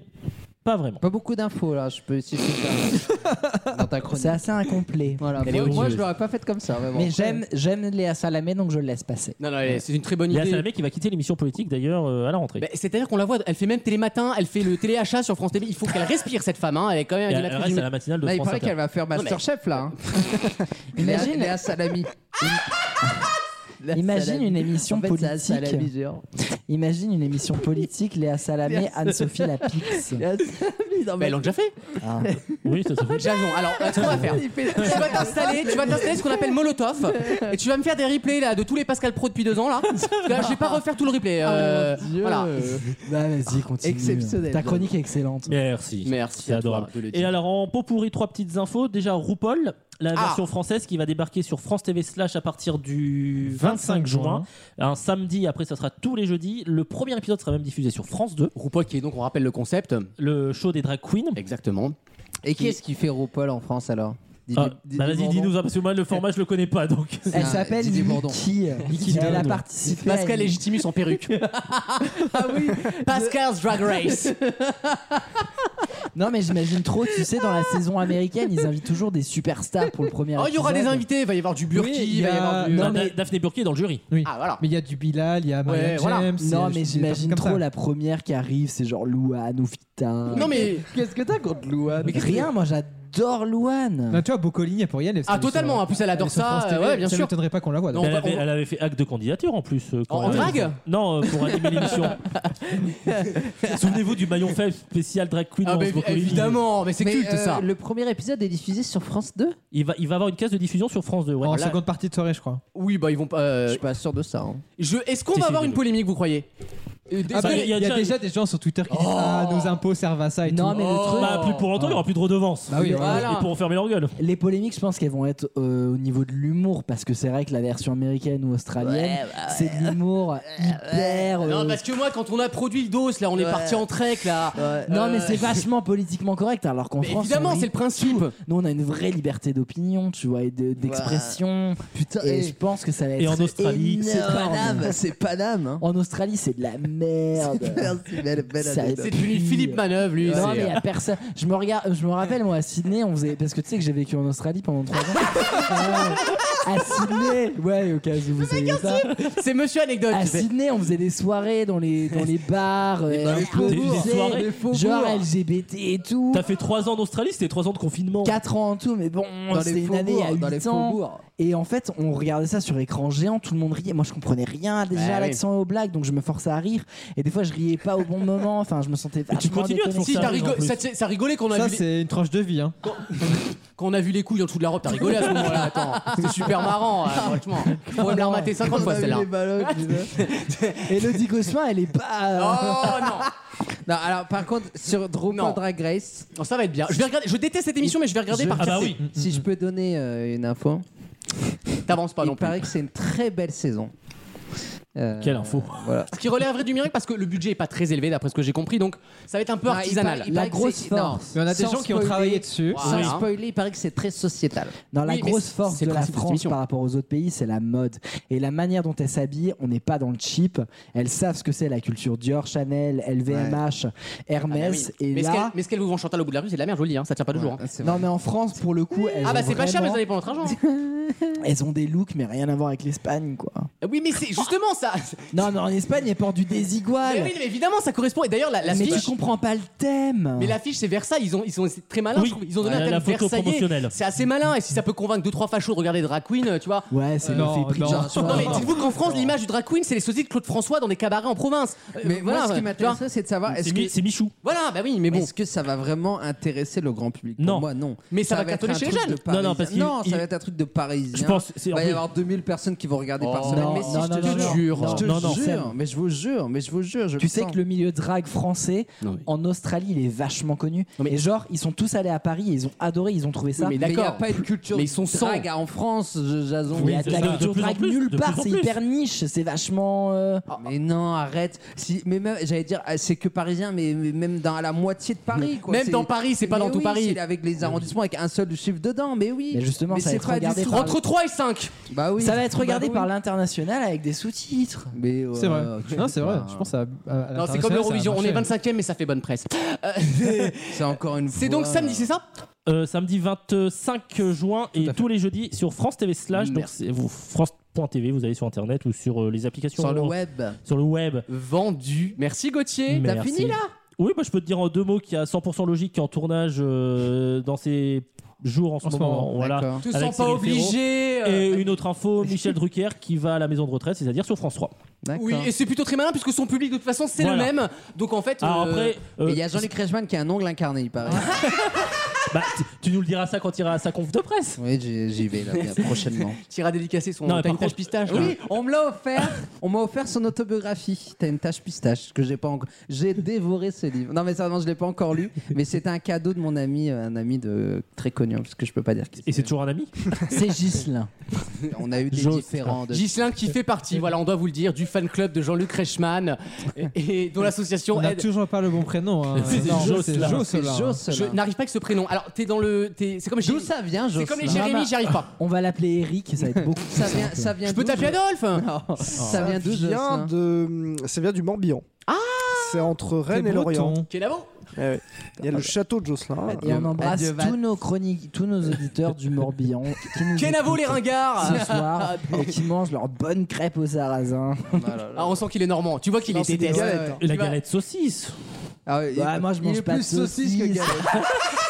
S5: Pas vraiment.
S2: Pas beaucoup d'infos là, je peux si je peux faire, euh, dans ta chronique.
S4: C'est assez incomplet.
S2: Voilà,
S5: Elle
S2: moi,
S5: est
S2: moi,
S5: odieuse.
S2: je l'aurais pas faite comme ça. Mais, bon,
S4: Mais
S2: après-
S4: j'aime j'aime Léa Salamé, donc je laisse passer.
S3: Non, non, allez, c'est une très bonne
S5: Il y a
S3: idée.
S5: Salamé qui va quitter l'émission politique d'ailleurs euh, à la rentrée.
S3: Bah, C'est-à-dire qu'on la voit, elle fait même télématin, elle fait le téléachat sur France Télé. Il faut qu'elle respire cette femme, hein. elle est quand même
S5: Et elle,
S3: animatrice du-
S5: reste
S3: Bah,
S5: à la matinale de
S2: Là, il
S5: France
S2: paraît
S5: Inter.
S2: qu'elle va faire Masterchef là. hein. Léa,
S4: Imagine-
S2: Léa Salami. Léa
S4: Imagine
S2: Salami.
S4: une émission
S2: En fait, c'est un salami
S4: politique.
S2: géant.
S4: Imagine une émission politique, Léa Salamé,
S2: Léa
S4: Anne-Sophie Lapix.
S2: Léa Salami, non,
S3: Bah,
S2: mais-
S3: elle l'a déjà fait.
S4: Ah.
S5: Oui, ça se fait.
S3: Jason, alors euh, ce qu'on va faire,
S2: Il fait-
S3: tu vas t'installer, tu vas t'installer ce qu'on appelle Molotov, et tu vas me faire des replays là de tous les Pascal Pro depuis deux ans là. Parce que là, je vais pas refaire tout le replay. euh, voilà.
S4: Bah, vas-y, continue.
S2: Exceptionnel.
S4: Ta chronique est excellente.
S5: Merci.
S3: Merci
S5: C'est
S3: à toi
S5: adorable.
S3: de le dire.
S5: Et alors en pot pourri, trois petites infos. Déjà RuPaul, la
S3: Ah.
S5: version française qui va débarquer sur France TV slash à partir du 25 juin. Un samedi, après ça sera tous les jeudis. Le premier épisode sera même diffusé sur France 2,
S3: RuPaul qui est donc, on rappelle le concept.
S5: le show des drag queens.
S3: Exactement.
S2: Et qu'est-ce qui fait RuPaul en France alors Dis-
S5: Ah,
S2: dis-
S5: bah vas-y,
S2: Bourdon.
S5: dis-nous, parce que moi le format je le connais pas donc.
S2: Ah,
S4: Elle s'appelle
S2: Didier Bourdon.
S4: Vicky. Elle a
S5: Bourdon.
S4: participé. à
S3: Pascal
S4: une-
S3: Légitimus en perruque. ah oui. Pascal's Drag Race.
S4: Non, mais j'imagine trop, tu sais, dans la saison américaine, ils invitent toujours des superstars pour le premier
S3: Oh, il y aura des
S4: épisode.
S3: invités, il va y avoir du Burki,
S9: il y
S3: il va y
S9: a-
S3: avoir du.
S9: Non,
S5: Bah, Da- Daphné Burki est dans le jury.
S3: Ah voilà.
S9: Mais il y a du Bilal, il y a Maria
S3: Ouais, voilà.
S9: James. il y a
S4: Non,
S9: des
S4: mais
S9: trucs
S4: j'imagine
S9: comme
S4: trop
S9: ça.
S4: la première qui arrive, c'est genre Louane ou Fitin.
S3: Non mais
S2: Qu'est-ce que t'as contre Louane
S4: Rien, moi j'adore Louane.
S9: Non, tu vois, Boccolini, elle peut y aller.
S3: Ah, totalement, en plus, elle adore ça, euh, ouais, bien
S9: Ça
S3: sûr.
S9: m'étonnerait pas qu'on la voit.
S3: Non,
S9: d'ailleurs.
S5: elle,
S3: va-
S5: avait,
S3: on-
S5: elle avait fait acte de candidature en plus. euh, quand
S3: En
S5: elle-
S3: drague
S5: Non, euh, pour animer l'émission. Souvenez-vous du maillon faible spécial drag queen.
S3: Ah,
S5: dans
S3: bah,
S5: ce Broccolini.
S3: évidemment, mais c'est
S2: Mais,
S3: culte
S2: euh,
S3: ça.
S2: Le premier épisode est diffusé sur France 2
S5: Il va, il va avoir une case de diffusion sur France 2. ouais.
S9: En
S5: Là-
S9: seconde partie de soirée, je crois.
S3: Oui, bah ils vont pas. euh,
S2: Je suis pas sûr de ça. hein.
S3: je- Est-ce qu'on
S5: Si,
S3: va
S5: si,
S3: avoir
S5: si,
S3: une
S5: oui.
S3: polémique, vous croyez Euh,
S9: Ah
S3: est-ce
S9: bah,
S3: que-
S5: il
S9: il y a, déjà des gens sur
S3: Oh.
S9: Twitter qui disent Ah, nos impôts servent à ça et
S3: Ah,
S4: Non,
S9: tout.
S4: mais le truc.
S5: Bah, plus pour longtemps, il n'y aura plus de redevance.
S9: Bah oui,
S4: Mais-
S9: voilà.
S3: Voilà.
S5: Ils pourront fermer leur gueule.
S4: Les polémiques, je pense qu'elles vont être euh, au niveau de l'humour, parce que c'est vrai que la version américaine ou australienne, c'est de l'humour hyper. euh,
S3: Non, parce que moi, quand on a produit le dos, là, on est parti en trek, là.
S4: non, mais
S3: Euh,
S4: c'est vachement politiquement correct, alors qu'en
S3: mais
S4: France.
S3: évidemment,
S4: on rit
S3: c'est le principe.
S4: Nous, on a une vraie liberté d'opinion, tu vois, et de- d'expression.
S2: Putain,
S4: Et
S2: et-
S4: je pense que ça va être.
S5: Et en Australie,
S2: C'est
S4: énorme.
S2: Paname, c'est Paname. hein.
S4: En Australie, c'est de la merde.
S2: Merci, belle, belle
S4: Ça-
S2: anecdote.
S3: C'est devenu Philippe Manœuvre, lui.
S4: Non,
S3: c'est-
S4: mais y a personne. Je me, regarde, je me rappelle, moi, à Sydney, on faisait. Parce que tu sais que j'ai vécu en Australie pendant 3 ans. Ah ouais. à Sydney, ouais, au cas où vous savez ça.
S3: C'est monsieur anecdote.
S4: À
S3: qui fait-
S4: Sydney, on faisait des soirées dans les, dans les bars. euh,
S2: bars,
S4: on
S2: des
S4: causait,
S5: faubourgs, des soirées.
S4: Genre LGBT et tout.
S5: T'as fait 3 ans en Australie, c'était 3 ans de confinement.
S4: 4 ans en tout, mais bon,
S2: Dans les
S4: c'était une année à
S2: faubourgs, dans
S4: 8
S2: les
S4: ans.
S2: faubourgs.
S4: Et en fait, on regardait ça sur écran géant, tout le monde riait. Moi, je comprenais rien déjà
S3: Bah oui.
S4: à l'accent et aux blagues, donc je me forçais à rire. Et des fois, je riais pas au bon moment. Enfin, je me sentais.
S5: tu
S4: vachement
S5: continues à te
S4: déconnecté.
S3: Si,
S5: Ça
S3: t'as
S5: arrive
S3: rigolé-
S5: en plus.
S3: ça, c'est- ça rigolait qu'on a,
S9: Ça,
S3: vu les- Ah,
S9: c'est une tranche de vie. Hein.
S3: quand on a vu les couilles en dessous de la robe. T'as rigolé à ce moment-là, attends. C'est super marrant, euh, franchement. Je pourrais me la remater 50 fois, celle-là.
S4: Elodie Gosselin, elle est pas.
S3: Oh non.
S2: Non, alors par contre, sur
S3: Non.
S2: RuPaul Drag Race,
S3: non Ça va être bien. Je, vais regarder... je déteste cette émission, mais je vais regarder
S2: Je-
S3: par
S5: Ah bah oui.
S2: si je peux donner euh, une info,
S3: T'avances pas
S2: il
S3: non plus.
S2: paraît que c'est une très belle saison. Euh,
S5: Quelle info.
S2: voilà.
S3: Ce qui relèverait du miracle parce que le budget est pas très élevé, d'après ce que j'ai compris, donc ça va être un peu
S2: Non, Bah, il
S3: artisanal.
S2: paraît- il paraît
S4: La
S2: que
S4: grosse
S2: c'est-
S4: force.
S9: Il y en a des
S2: Sans
S9: gens qui ont
S2: spoiler.
S9: travaillé dessus.
S2: Sans
S3: Voilà.
S2: spoiler, il paraît que c'est très sociétal.
S4: Non, la
S3: Oui, mais
S4: grosse
S3: c'est-
S4: force
S3: c'est
S4: de
S3: le
S4: la
S3: principe de cette
S4: France
S3: émission.
S4: par rapport aux autres pays, c'est la mode. Et la manière dont elle s'habille, on n'est pas dans le cheap. Elles savent ce que c'est la culture Dior, Chanel, LVMH, Hermès.
S3: Ah bah oui.
S4: Et
S3: mais, ce qu'elle-
S4: là.
S3: mais ce qu'elle vous vend Chantal au bout de la rue, c'est de la merde, je vous le dis, hein, ça tient pas deux jours. hein.
S2: C'est vrai.
S4: Non, mais en France, pour le coup, elles,
S3: Ah bah
S4: ont
S3: c'est pas cher, mais
S4: vraiment-
S3: vous avez pas notre argent.
S4: elles ont des looks, mais rien à voir avec l'Espagne, quoi.
S3: Ah oui, mais c'est justement ça.
S4: Non, mais en Espagne, elles portent du
S3: Mais
S4: désigual.
S3: oui, mais évidemment, ça correspond. Et d'ailleurs, la, la
S4: Ah mais tu
S3: fiche.
S4: comprends pas le thème.
S3: Mais l'affiche, c'est Versailles. Ils ont, ils sont c'est très malins.
S5: Oui.
S3: je trouve. Ils ont donné
S5: Ouais,
S3: un
S5: la
S3: thème
S5: photo promotionnelle.
S3: Versaillais. C'est assez malin. Et si ça peut convaincre deux trois fachos de regarder Drag Queen, euh, tu vois.
S4: Ouais, c'est
S9: Euh,
S4: le
S9: non,
S4: fait pris de
S9: non.
S4: Jean Soir.
S3: Non mais dites-vous qu'en France, l'image du Drag Queen, c'est les sosies de Claude François dans des cabarets en province. Euh,
S2: Mais moi, ce
S3: tu
S2: qui
S3: vois.
S2: m'intéresserait, c'est de savoir est-ce
S5: C'est
S2: que
S5: Mi- c'est Michou.
S3: Voilà, bah oui, mais bon.
S2: Est-ce que ça va vraiment intéresser le grand public Pour
S5: Non.
S2: moi, non.
S3: Mais ça va
S2: être
S3: cartonner
S2: un
S3: chez les
S2: truc
S3: jeunes.
S2: de
S5: Non, non,
S2: Parisien.
S5: parce qu'il-
S2: Non, ça
S5: il-
S2: va être un truc de parisien.
S5: Je pense. c'est-
S2: Il
S5: en
S2: va y
S5: plus-
S2: avoir 2000 personnes qui vont regarder par
S3: Oh.
S2: semaine.
S4: Non,
S2: mais si,
S4: non,
S2: je te
S4: non, non,
S2: jure.
S4: non.
S2: Je te
S5: Non, non.
S2: jure. Mais je vous jure. Mais je vous jure. je
S4: Tu
S2: le
S4: sais
S2: sens.
S4: que le milieu drag français
S3: Non, mais-
S4: en Australie, il est vachement connu.
S3: Non, mais-
S4: Et genre, ils sont tous allés à Paris, et ils ont adoré, ils ont trouvé ça.
S3: Oui, mais
S2: Mais il n'y a
S3: d'accord.
S2: pas une culture
S3: Mais ils sont sans.
S2: drag en France, je- Jason.
S5: Oui,
S4: Il y a de
S5: c'est
S4: la
S5: ça, de
S4: culture
S5: plus en
S4: drag
S5: plus,
S4: nulle
S5: de
S4: part,
S5: plus en
S4: c'est
S5: plus.
S4: hyper niche, c'est vachement. euh,
S2: Mais non, arrête. Si, mais même, j'allais dire, ah, c'est que parisien, mais, mais même dans la moitié de Paris. Quoi.
S3: Même
S2: C'est-
S3: dans Paris, c'est pas
S2: Mais
S3: dans tout
S2: oui,
S3: Paris.
S2: C'est avec les arrondissements, avec un seul chiffre dedans. Mais oui.
S4: Mais justement, ça va
S2: c'est
S4: être
S2: pas du
S4: regardé
S2: tout-
S4: par
S3: En Entre 3 et 5.
S2: Bah oui.
S4: Ça va être regardé
S2: Bah oui.
S4: par l'international avec des sous-titres.
S2: Mais
S9: C'est vrai.
S2: tu
S9: Non,
S2: peux
S9: c'est vrai.
S2: pas.
S9: Je pense à. à- à
S3: Non, c'est comme
S9: l'international, ça a
S3: l'Eurovision, on est
S9: marché.
S3: 25ème mais ça fait bonne presse. Euh,
S2: C'est encore une fois.
S3: c'est donc samedi, c'est ça
S5: Euh, samedi 25 juin et tous les jeudis sur France TV slash. Donc
S2: Merci.
S5: c'est vous- France.tv, vous allez sur internet ou sur euh, les applications
S2: Sur le web.
S5: Sur le web.
S3: Vendu. Merci Gauthier.
S5: Merci.
S2: T'as fini là
S5: Oui, bah, je peux te dire en deux mots qu'il y a 100% logique qui est en tournage euh, dans ces jours en ce,
S9: En ce
S5: moment.
S9: moment,
S5: Voilà.
S2: D'accord.
S3: Te
S5: Avec
S3: sens pas
S5: Cyril
S3: obligé. euh,
S5: Et une autre info, Michel Drucker qui va à la maison de retraite, c'est-à-dire sur France 3.
S2: D'accord.
S3: Oui, et c'est plutôt très malin puisque son public de toute façon c'est le
S5: Voilà.
S3: même. Donc en fait.
S5: Alors
S3: euh,
S5: après, euh,
S2: Et il y a Jean-Luc Reichmann qui a un ongle incarné, il paraît.
S5: bah, tu- tu nous le diras ça quand il ira à sa conf de presse.
S2: oui, j'y j'y vais là, bien, prochainement.
S3: Tira dédicacé son
S5: Non, mais
S3: t'as une
S5: par
S3: tache pistache. là.
S2: Oui, on me l'a offert. On m'a offert son autobiographie. T'as une tache pistache que j'ai pas encore. J'ai dévoré ce livre. Non, mais sérieusement, je l'ai pas encore lu. Mais c'était un cadeau de mon ami, euh, un ami de très connu, hein, parce que je peux pas dire qui.
S5: Et c'est toujours un ami
S4: C'est Gislin.
S2: c'est. On a eu des
S5: J'ose.
S2: différents. De...
S3: Ghislain qui fait partie, voilà, on doit vous le dire, du fan club de Jean-Luc Reichmann et, et dont l'association
S9: On a
S3: aide.
S9: toujours pas le bon prénom. hein.
S5: C'est
S9: Non,
S5: Jocelyn.
S9: c'est Jocelyn.
S2: Jocelyn.
S3: Je n'arrive pas avec ce prénom. Alors t'es dans le, t'es- c'est comme les
S2: hein. D'où
S3: Jérémy-
S2: ça vient,
S3: c'est
S2: Jocelyn
S3: comme les
S4: Bah,
S3: Jérémy, j'y arrive pas.
S4: On va l'appeler Eric, ça va être beaucoup.
S2: Ça vient, ça vient.
S3: Je peux
S2: d'où,
S3: t'appeler Adolphe
S2: Non. Ça vient d'où, Jocelyn
S7: de, ça vient du Morbihan. Ah C'est entre
S9: C'est
S7: Rennes et Lorient.
S9: breton.
S3: Qui est là-haut
S7: Eh ouais. Il y
S2: Ah,
S7: a
S2: bah.
S7: le château de Euh, Josselin.
S4: Et on embrasse
S2: Adieu, Val.
S4: tous nos chroniques, tous nos auditeurs du Morbihan qui nous
S3: Kenavo les
S4: écoutent
S3: ringards
S4: ce soir et qui mangent leur bonne crêpe aux sarrasins.
S3: Ah, on sent qu'il est normand. Tu vois qu'il
S7: Non,
S3: est
S7: c'est des
S3: déteste.
S7: galettes, hein.
S5: La
S3: Tu vas-
S5: galette saucisse
S2: Ah ouais, il-
S4: Ouais, moi je
S2: il
S4: mange
S2: est
S4: pas
S2: plus
S4: de
S2: saucisse que galette.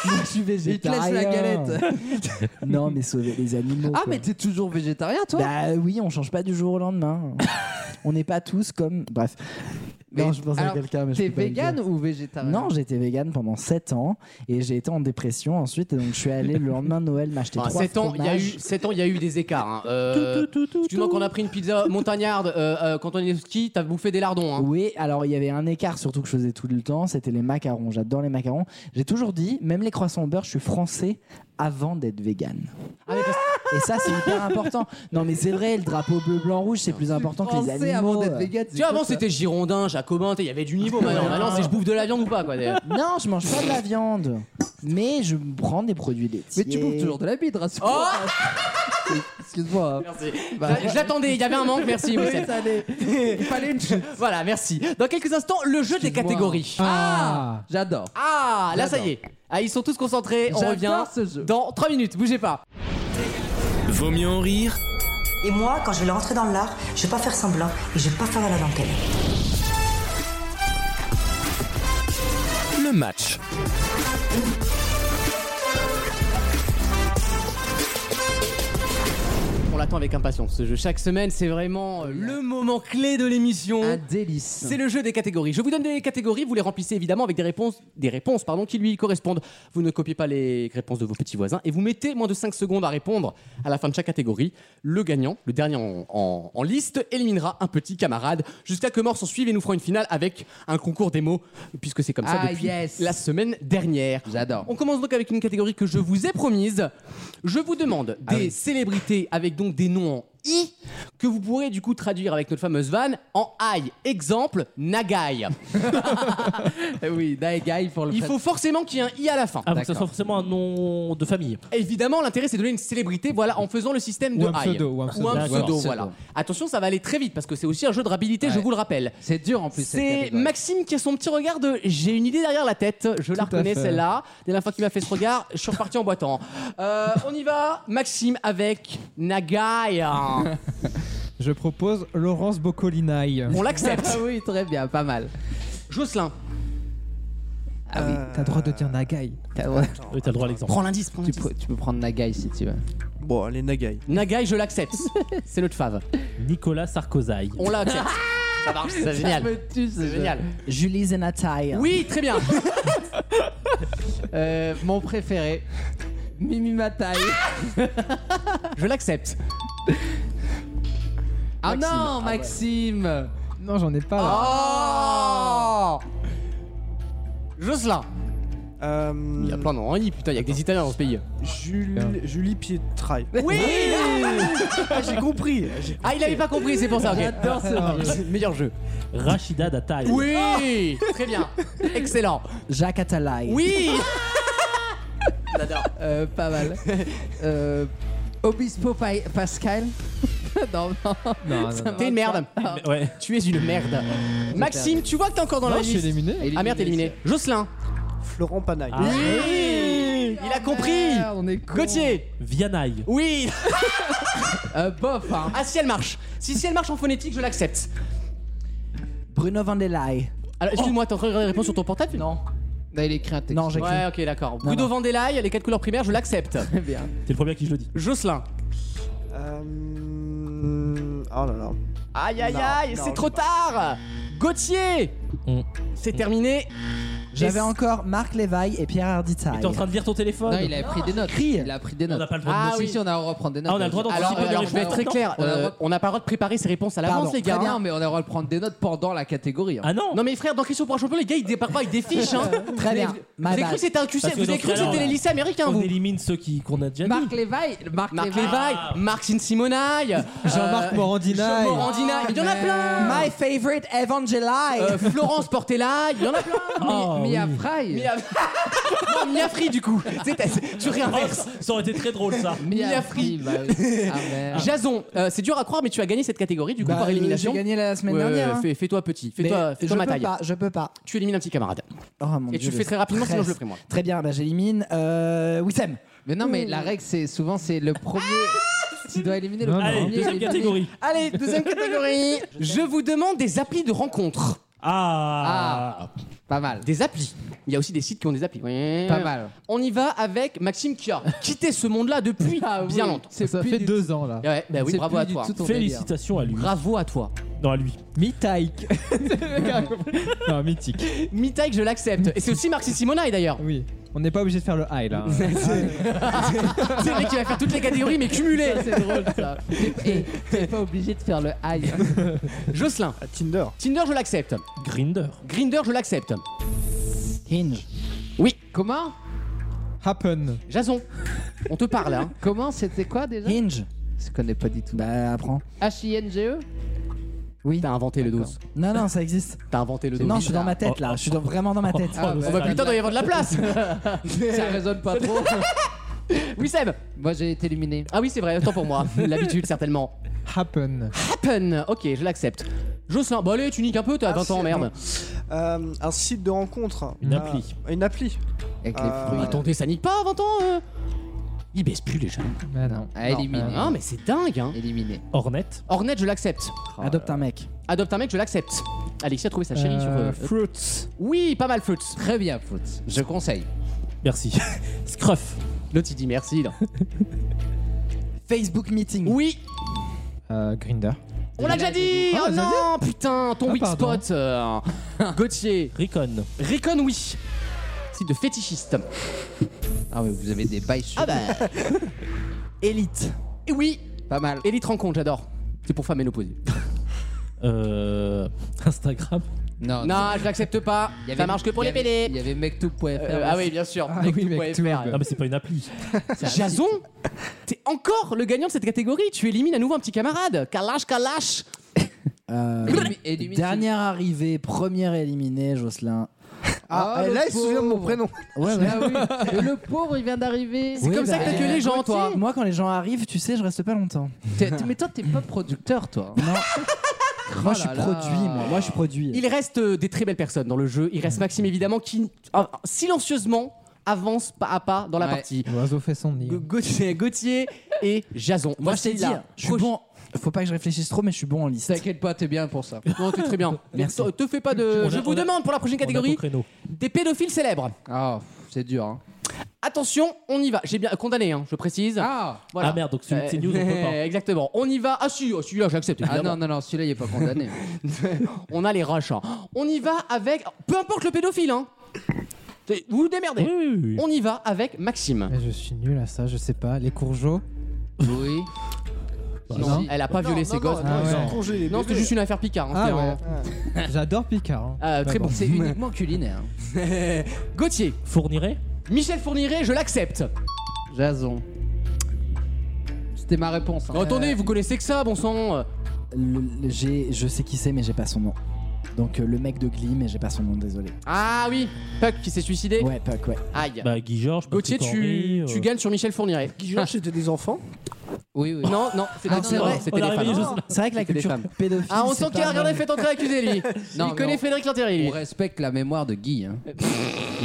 S4: Moi, je suis
S2: Il te laisse la
S4: végétarien.
S2: galette.
S4: Non, mais sauver les animaux.
S2: Ah,
S4: quoi.
S2: mais t'es toujours végétarien, toi
S4: Bah oui, on change pas du jour au lendemain. on n'est pas tous comme. Bref.
S2: Mais
S4: non, je pense à
S2: alors,
S4: quelqu'un, mais je
S2: T'es
S4: peux pas le
S2: vegan
S4: dire.
S2: ou végétarien
S4: Non, j'étais vegan pendant 7 ans et j'ai été en dépression ensuite. Et donc, je suis allé le lendemain de Noël m'acheter
S3: Ah,
S4: 3
S3: sept ans, il y a eu, sept ans, il y a eu des écarts. Hein. Euh, tu vois qu'on a pris une pizza montagnarde euh, euh, quand on est au ski, t'as bouffé des lardons. Hein.
S4: Oui, alors il y avait un écart surtout que je faisais tout le temps, c'était les macarons. J'adore les macarons. J'ai toujours dit, même les croissants au beurre, je suis français avant d'être vegan.
S3: Ah, mais parce-
S4: Et ça, c'est hyper important. Non, mais c'est vrai, le drapeau bleu, blanc, rouge, c'est plus important que les
S2: Pensez
S4: animaux.
S2: avant d'être
S4: euh.
S2: vegan. c'est
S3: Tu vois, avant
S2: quoi, ça
S3: c'était girondin, jacobin, t'sais, il y avait du niveau. Maintenant, maintenant c'est je bouffe de la viande ou pas. quoi. d'ailleurs.
S4: Non, je mange pas de la viande, mais je prends des produits
S2: Mais
S4: laitiers.
S2: tu bouffes toujours de la bite,
S3: Oh
S2: rassure-moi. Excuse-moi.
S3: Merci.
S2: Bah,
S3: Je l'attendais, il y avait un manque, merci. Moussel.
S2: il fallait une chute.
S3: Voilà, merci. Dans quelques instants, le jeu des catégories.
S9: Ah
S2: J'adore.
S3: Ah, là ça y est. Ah, ils sont tous concentrés, on
S2: J'adore
S3: revient
S2: ce jeu.
S3: dans 3 minutes, bougez pas.
S1: Vaut mieux en rire
S11: Et moi, quand je vais rentrer dans l'art, je vais pas faire semblant et je vais pas faire à la dentelle.
S1: le match.
S3: On l'attend avec impatience ce jeu. Chaque semaine, c'est vraiment euh, le moment clé de l'émission.
S2: Un délice.
S3: C'est le jeu des catégories. Je vous donne des catégories, vous les remplissez évidemment avec des réponses, des réponses pardon, qui lui correspondent. Vous ne copiez pas les réponses de vos petits voisins et vous mettez moins de 5 secondes à répondre à la fin de chaque catégorie. Le gagnant, le dernier en, en- en liste, éliminera un petit camarade jusqu'à que mort s'en suive et nous ferons une finale avec un concours des mots, puisque c'est comme ça
S2: Ah,
S3: depuis
S2: yes.
S3: la semaine dernière.
S2: J'adore.
S3: On commence donc avec une catégorie que je vous ai promise. Je vous demande des
S2: Ah oui.
S3: célébrités avec donc des noms en i que vous pourrez du coup traduire avec notre fameuse vanne en i. Exemple Nagai. Eh
S2: Oui, Daigai pour le
S3: Il faut forcément qu'il y ait un i à la fin.
S5: avant que Ah, ça
S2: D'accord.
S5: soit forcément un nom de famille.
S3: Évidemment, l'intérêt c'est de donner une célébrité voilà en faisant le système
S9: Ou
S3: de
S9: un
S3: i.
S9: pseudo, ou un pseudo.
S5: D'accord.
S3: pseudo,
S2: Un pseudo.
S3: voilà. Attention, ça va aller très vite parce que c'est aussi un jeu de rapidité, je
S2: Ouais.
S3: vous le rappelle.
S2: C'est dur en plus. cette
S3: C'est
S2: catégorie.
S3: Maxime qui a son petit regard de j'ai une idée derrière la tête, je la
S9: Tout à
S3: reconnais
S9: fait.
S3: celle-là. Dès la fois qu'il m'a fait ce regard, je suis reparti en boitant. Euh, on y va, Maxime avec Nagai. hein.
S9: Je propose Laurence Boccolinaï.
S3: On l'accepte.
S2: Ah oui, très bien, pas mal.
S3: Jocelyn,
S2: Ah oui.
S9: T'as le droit de dire Nagai.
S2: T'as- ouais.
S5: Oui, t'as le droit à l'exemple.
S3: prends l'indice. prends
S2: Tu,
S3: l'indice.
S2: peux, tu peux prendre Nagai si tu veux.
S7: Bon, les Nagai.
S3: Nagai, je l'accepte. C'est notre fave.
S5: Nicolas Sarkozy.
S3: On l'accepte. ça marche, c'est génial.
S2: me tue,
S3: C'est génial.
S4: Julie Zenatai.
S3: Oui, très bien.
S2: Euh, mon préféré, Mimi Matai.
S3: Je l'accepte.
S2: Ah
S3: Maxime.
S2: non, Maxime
S9: Non, j'en ai pas. là.
S3: Oh Jocelyn.
S7: Euh,
S3: Il y a plein d'ennuis, putain, il y a que des Italiens dans ce pays.
S7: Julie, Julie Pietraille.
S3: Oui
S7: Ah, j'ai compris. J'ai-
S3: Ah, il avait pas compris, c'est pour ça. ok. Ah, Meilleur jeu.
S5: Rachida Dataï.
S3: Oui Très bien. Excellent.
S4: Jacques Attalay.
S3: Oui
S2: Euh, Pas mal. Euh, Obispo Pa- Pascal. non, non.
S9: Non, non,
S2: Ça
S9: non.
S2: me
S3: T'es une
S2: va
S3: merde.
S2: pas.
S5: Ouais.
S3: Tu es une merde. Maxime, tu vois que t'es encore dans
S9: Non,
S3: la
S9: je suis
S3: liste.
S9: éliminé.
S3: Ah merde, t'es éliminé. Jocelyn.
S7: Florent Panaille.
S5: Ah.
S3: Oui Il a compris.
S2: Merde, on est con.
S3: Gauthier.
S5: Vianaille.
S3: Oui.
S2: Euh, bof, hein.
S3: Ah si elle marche. Si si elle marche en phonétique, je l'accepte.
S4: Bruno Vandelay.
S3: Alors excuse-moi, t'es en train de regarder les réponses sur ton portable Non.
S2: Là, il écrit un texte.
S4: Non, j'ai
S3: Ouais, ok, d'accord. Bruno Vandelaille, les quatre couleurs primaires, je l'accepte.
S2: Très bien.
S5: T'es le premier à qui je le dis.
S3: Jocelyn.
S7: Euh... Oh là là.
S3: Aïe aïe
S7: Non,
S3: aïe,
S7: non,
S3: c'est
S7: je
S3: trop
S7: sais
S3: tard. Gauthier.
S5: Mm.
S3: C'est terminé.
S4: J'avais
S3: Et-
S4: encore Marc Lévaille et Pierre Arditaille.
S5: T'es en train de lire ton téléphone
S2: Non, il a pris des notes. Il a pris des
S5: On
S2: notes.
S5: n'a pas le droit
S3: Ah
S5: de
S2: Si,
S3: oui.
S2: si, on a reprendre des notes.
S5: Ah, on a le droit d'en-
S2: Alors,
S5: Alors,
S3: Alors,
S5: alors,
S3: je vais être très clair,
S2: on a-
S3: euh, on n'a pas le droit de préparer ses réponses à l'avance,
S4: Pardon.
S3: les
S2: Très
S3: gars.
S2: bien, mais on a le droit de prendre des notes pendant la catégorie. hein.
S5: Ah non
S3: Non, mais frère, dans Question pour un champion, les gars, ils débarquent pas avec des fiches. Hein.
S4: Très bien.
S3: Vous avez cru que c'était un QC,
S5: Parce que
S3: vous avez
S5: dans
S3: cru que
S5: ce cas-là,
S3: c'était les
S5: on-
S3: lycées américains,
S5: On
S3: vous.
S5: élimine ceux qui- qu'on a déjà dit.
S2: Marc
S4: Ah,
S2: Lévaille, Marc,
S3: Marc
S2: Lévaille.
S3: Lévaille, Marc Simonaille,
S9: Ah. Jean-Marc Morandina.
S3: Jean Morandina, il y en a plein.
S4: My favorite
S3: Oh,
S4: Evangelii.
S3: Euh, Florence Portela, il y en a plein.
S5: Ah,
S2: Mi-
S5: oui.
S2: Mia Fry.
S3: Mia... non, Mia Free, du coup. Tu sais, t'as- Tu
S5: Oh,
S3: réinverses.
S5: ça ça aurait été très drôle ça.
S2: Mia
S3: Mia
S2: Fry.
S3: Fry.
S2: bah oui. Ah, merde.
S3: Jason, euh, c'est dur à croire, mais tu as gagné cette catégorie,
S2: Bah,
S3: du coup,
S2: euh,
S3: par élimination.
S4: Bah, euh, J'ai gagné la semaine
S3: Ouais,
S4: dernière. hein.
S3: fais- Fais-toi petit,
S4: Mais
S3: fais-toi fais-toi
S4: je
S3: ma
S4: peux
S3: taille.
S4: pas, je peux pas.
S3: Tu élimines un petit camarade.
S4: Oh, mon
S3: Et tu
S4: Dieu,
S3: le fais très rapidement, sinon je le ferai moi.
S4: Très bien, bah, j'élimine euh, Wissem.
S2: Mais non, mais la règle, c'est souvent c'est le premier. Tu dois éliminer le
S9: Non, non.
S2: premier.
S5: Allez, deuxième
S2: éliminé.
S5: catégorie.
S3: Allez, deuxième catégorie. Je vous demande des applis de rencontre.
S5: Ah,
S2: Pas mal.
S3: Des applis. Il y a aussi des sites qui ont des applis. Ouais.
S2: Pas mal.
S3: On y va avec Maxime qui a quitté ce monde-là depuis
S2: Ah oui,
S3: bien longtemps.
S2: C'est
S9: Ça
S2: plus
S9: fait
S2: du-
S9: deux ans là.
S3: Ouais, bah oui,
S2: c'est
S3: bravo
S2: plus
S3: à
S2: du
S3: toi.
S2: tout ton délire.
S5: Félicitations à lui.
S3: Bravo à toi.
S5: Non, à lui.
S9: Mythique. non, mythique.
S3: Mitaïk, je l'accepte. Et c'est aussi Marc Simonaille d'ailleurs.
S9: Oui. On n'est pas obligé de faire le high là.
S3: C'est le mec qui va faire toutes les catégories mais cumulées.
S2: Ça, C'est drôle ça. T'es- eh, T'es pas obligé de faire le high.
S3: Jocelyn,
S7: À Tinder.
S3: Tinder, je l'accepte.
S5: Grinder.
S3: Grinder, je l'accepte.
S4: Hinge.
S2: Comment
S9: Happen.
S3: Jason, on te parle. Hein.
S2: Comment c'était quoi déjà
S4: Hinge.
S2: Je connais pas du tout.
S4: Bah, apprends.
S2: H-I-N-G-E
S4: Oui.
S3: E? T'as inventé le dos.
S4: Non, non, ça existe.
S3: T'as inventé le dos.
S4: Non, je suis dans ma tête là. Je suis dans- vraiment dans ma tête.
S2: Ah,
S3: Oh
S2: bah,
S3: bah putain, doit y avoir de la place.
S2: Ça résonne pas trop.
S3: Oui, Seb.
S2: Moi j'ai été éliminé.
S3: Ah oui, c'est vrai, autant pour moi. L'habitude, certainement.
S9: Happen.
S3: Happen. Ok, je l'accepte. Jocelyn, bah allez, tu niques un peu, t'as
S7: Ah,
S3: 20 ans,
S7: c'est-
S3: merde.
S7: Euh, un site de rencontre.
S5: Une
S7: Euh,
S5: appli.
S7: Une appli.
S2: Avec
S7: Euh,
S2: les fruits.
S3: Attendez, Ah, ça nique pas 20 ans euh. Ils baissent plus les jeunes.
S9: Ah, non.
S2: Ah, éliminé.
S3: Ah, mais c'est dingue, hein.
S2: Éliminé.
S5: Hornet.
S3: Ornette, je l'accepte.
S2: Oh
S4: Adopte un mec.
S3: Adopte un mec, je l'accepte. Alexia a trouvé sa chérie sur.
S9: Euh,
S3: euh,
S9: Fruits.
S3: Oui, pas mal, Fruits.
S2: Très bien, foot. Je conseille.
S5: Merci. Scruff.
S3: L'autre, il dit merci. là.
S4: Facebook meeting.
S3: Oui,
S9: Euh, Grinder.
S3: on l'a déjà dit.
S9: Ah,
S3: Oh
S9: on l'a
S3: non, putain, ton
S9: Ah,
S3: weak
S9: pardon.
S3: spot. euh, Gauthier,
S5: Recon.
S3: Recon, oui. Site de fétichiste.
S2: Ah, mais vous avez des bails sur.
S3: Ah bah. Élite. Et oui,
S2: Pas mal.
S3: Élite rencontre, j'adore. C'est pour femmes opposées.
S5: Euh, Instagram.
S2: Ah, Non,
S3: Non, je l'accepte pas.
S2: Il y avait-
S3: Ça marche que pour
S2: il y
S3: les
S2: avait- Il y
S3: pédés.
S2: avait mectube.fr.
S3: Euh, ah oui, bien sûr.
S9: Ah oui, mec, tout.
S5: Non, mais c'est pas une appli.
S3: Jason, t'es encore le gagnant de cette catégorie. Tu élimines à nouveau un petit camarade. Kalash, Kalash.
S4: Euh,
S2: Élimi- élimine-
S4: dernière arrivée, première éliminée, Jocelyn.
S7: Ah,
S2: Oh,
S7: et là,
S2: le
S7: il se souvient de mon
S2: pauvre.
S7: prénom.
S4: Ouais, ouais. bah,
S2: Ah oui. Et le pauvre, il vient d'arriver.
S3: C'est comme ça que t'as tué les gens, toi.
S4: Moi, quand les gens arrivent, tu sais, je reste pas longtemps.
S2: T'es- t'es- Mais toi, t'es pas producteur, toi.
S4: Non.
S2: Oh
S4: moi, je suis
S2: là là.
S4: produit, moi. Moi, je suis produit.
S3: Il reste euh, des très belles personnes dans le jeu. Il reste Maxime, évidemment, qui ah, silencieusement avance pas à pas dans la
S2: Ouais.
S3: partie.
S9: L'oiseau fait son nid.
S3: Ga- Gauthier, Gauthier et Jason.
S4: Moi, je t'ai dit, je suis bon. Faut pas que je réfléchisse trop, mais je suis bon en liste.
S2: T'inquiète pas, t'es bien pour ça.
S3: Non, t'es très bien.
S4: Merci.
S3: Te, te fais pas de.
S5: On a-
S3: Je vous
S5: on a-
S3: demande pour la prochaine
S5: On a ton
S3: catégorie
S5: créneau.
S3: des pédophiles célèbres.
S2: Ah, pff, c'est dur. Hein.
S3: Attention, on y va. J'ai bien condamné, hein, je précise.
S2: Ah,
S3: Voilà.
S5: Ah merde, donc
S3: Euh,
S5: c'est c'est news, on peut pas.
S3: Exactement. On y va. Ah si, ah, celui-là, j'accepte.
S2: ah
S3: évidemment.
S2: non, non, non, celui-là, il est pas condamné.
S3: On a les rushs. hein. On y va avec. Peu importe le pédophile, hein. C'est- Vous vous démerdez.
S5: Oui, oui, oui.
S3: On y va avec Maxime.
S9: Mais je suis nul à ça, je sais pas. Les courgeaux.
S2: oui.
S9: non.
S2: Si, si.
S3: Elle a pas violé ses gosses.
S9: Ah
S7: Non, ils
S9: ouais.
S7: ont congé les
S3: Non,
S7: bébés.
S3: c'est juste une affaire Picard. hein,
S9: Ah
S3: c'était
S9: ouais.
S3: un-
S9: J'adore Picard. hein.
S3: Euh, très
S9: Bah
S3: bon.
S9: bon.
S2: C'est uniquement culinaire.
S3: Gauthier,
S5: Fournirait
S3: Michel Fourniret, je l'accepte.
S2: Jason. C'était ma réponse. hein.
S3: Attendez, vous connaissez que ça, bon sang.
S4: Le- le- j'ai, je sais qui c'est, mais j'ai pas son nom. Donc, euh, le mec de Glee, mais j'ai pas son nom, désolé.
S3: Ah oui, Puck qui s'est suicidé.
S4: Ouais, Puck, ouais.
S3: Aïe.
S5: Bah, Guy Georges.
S3: Gauthier,
S5: Patrick
S3: tu,
S5: Henry, euh,
S3: tu gagnes sur Michel Fourniret.
S7: Guy Georges, c'était des enfants.
S2: Oui, oui.
S3: Non, non, c'était
S2: Ah, c'est
S3: non,
S2: vrai.
S3: non, c'était
S2: On
S3: les
S2: l'a
S3: femmes.
S2: réveillé juste là.
S4: C'est vrai que la
S2: C'était les
S4: culture
S2: femmes.
S4: pédophile.
S3: Ah, on
S4: c'est
S3: sent qu'il
S4: pas
S3: a regardé fait entrer accusé lui.
S2: Non, mais
S3: Il connaît
S2: on-
S3: Frédéric Lantieri lui.
S2: On respecte la mémoire de Guy. hein.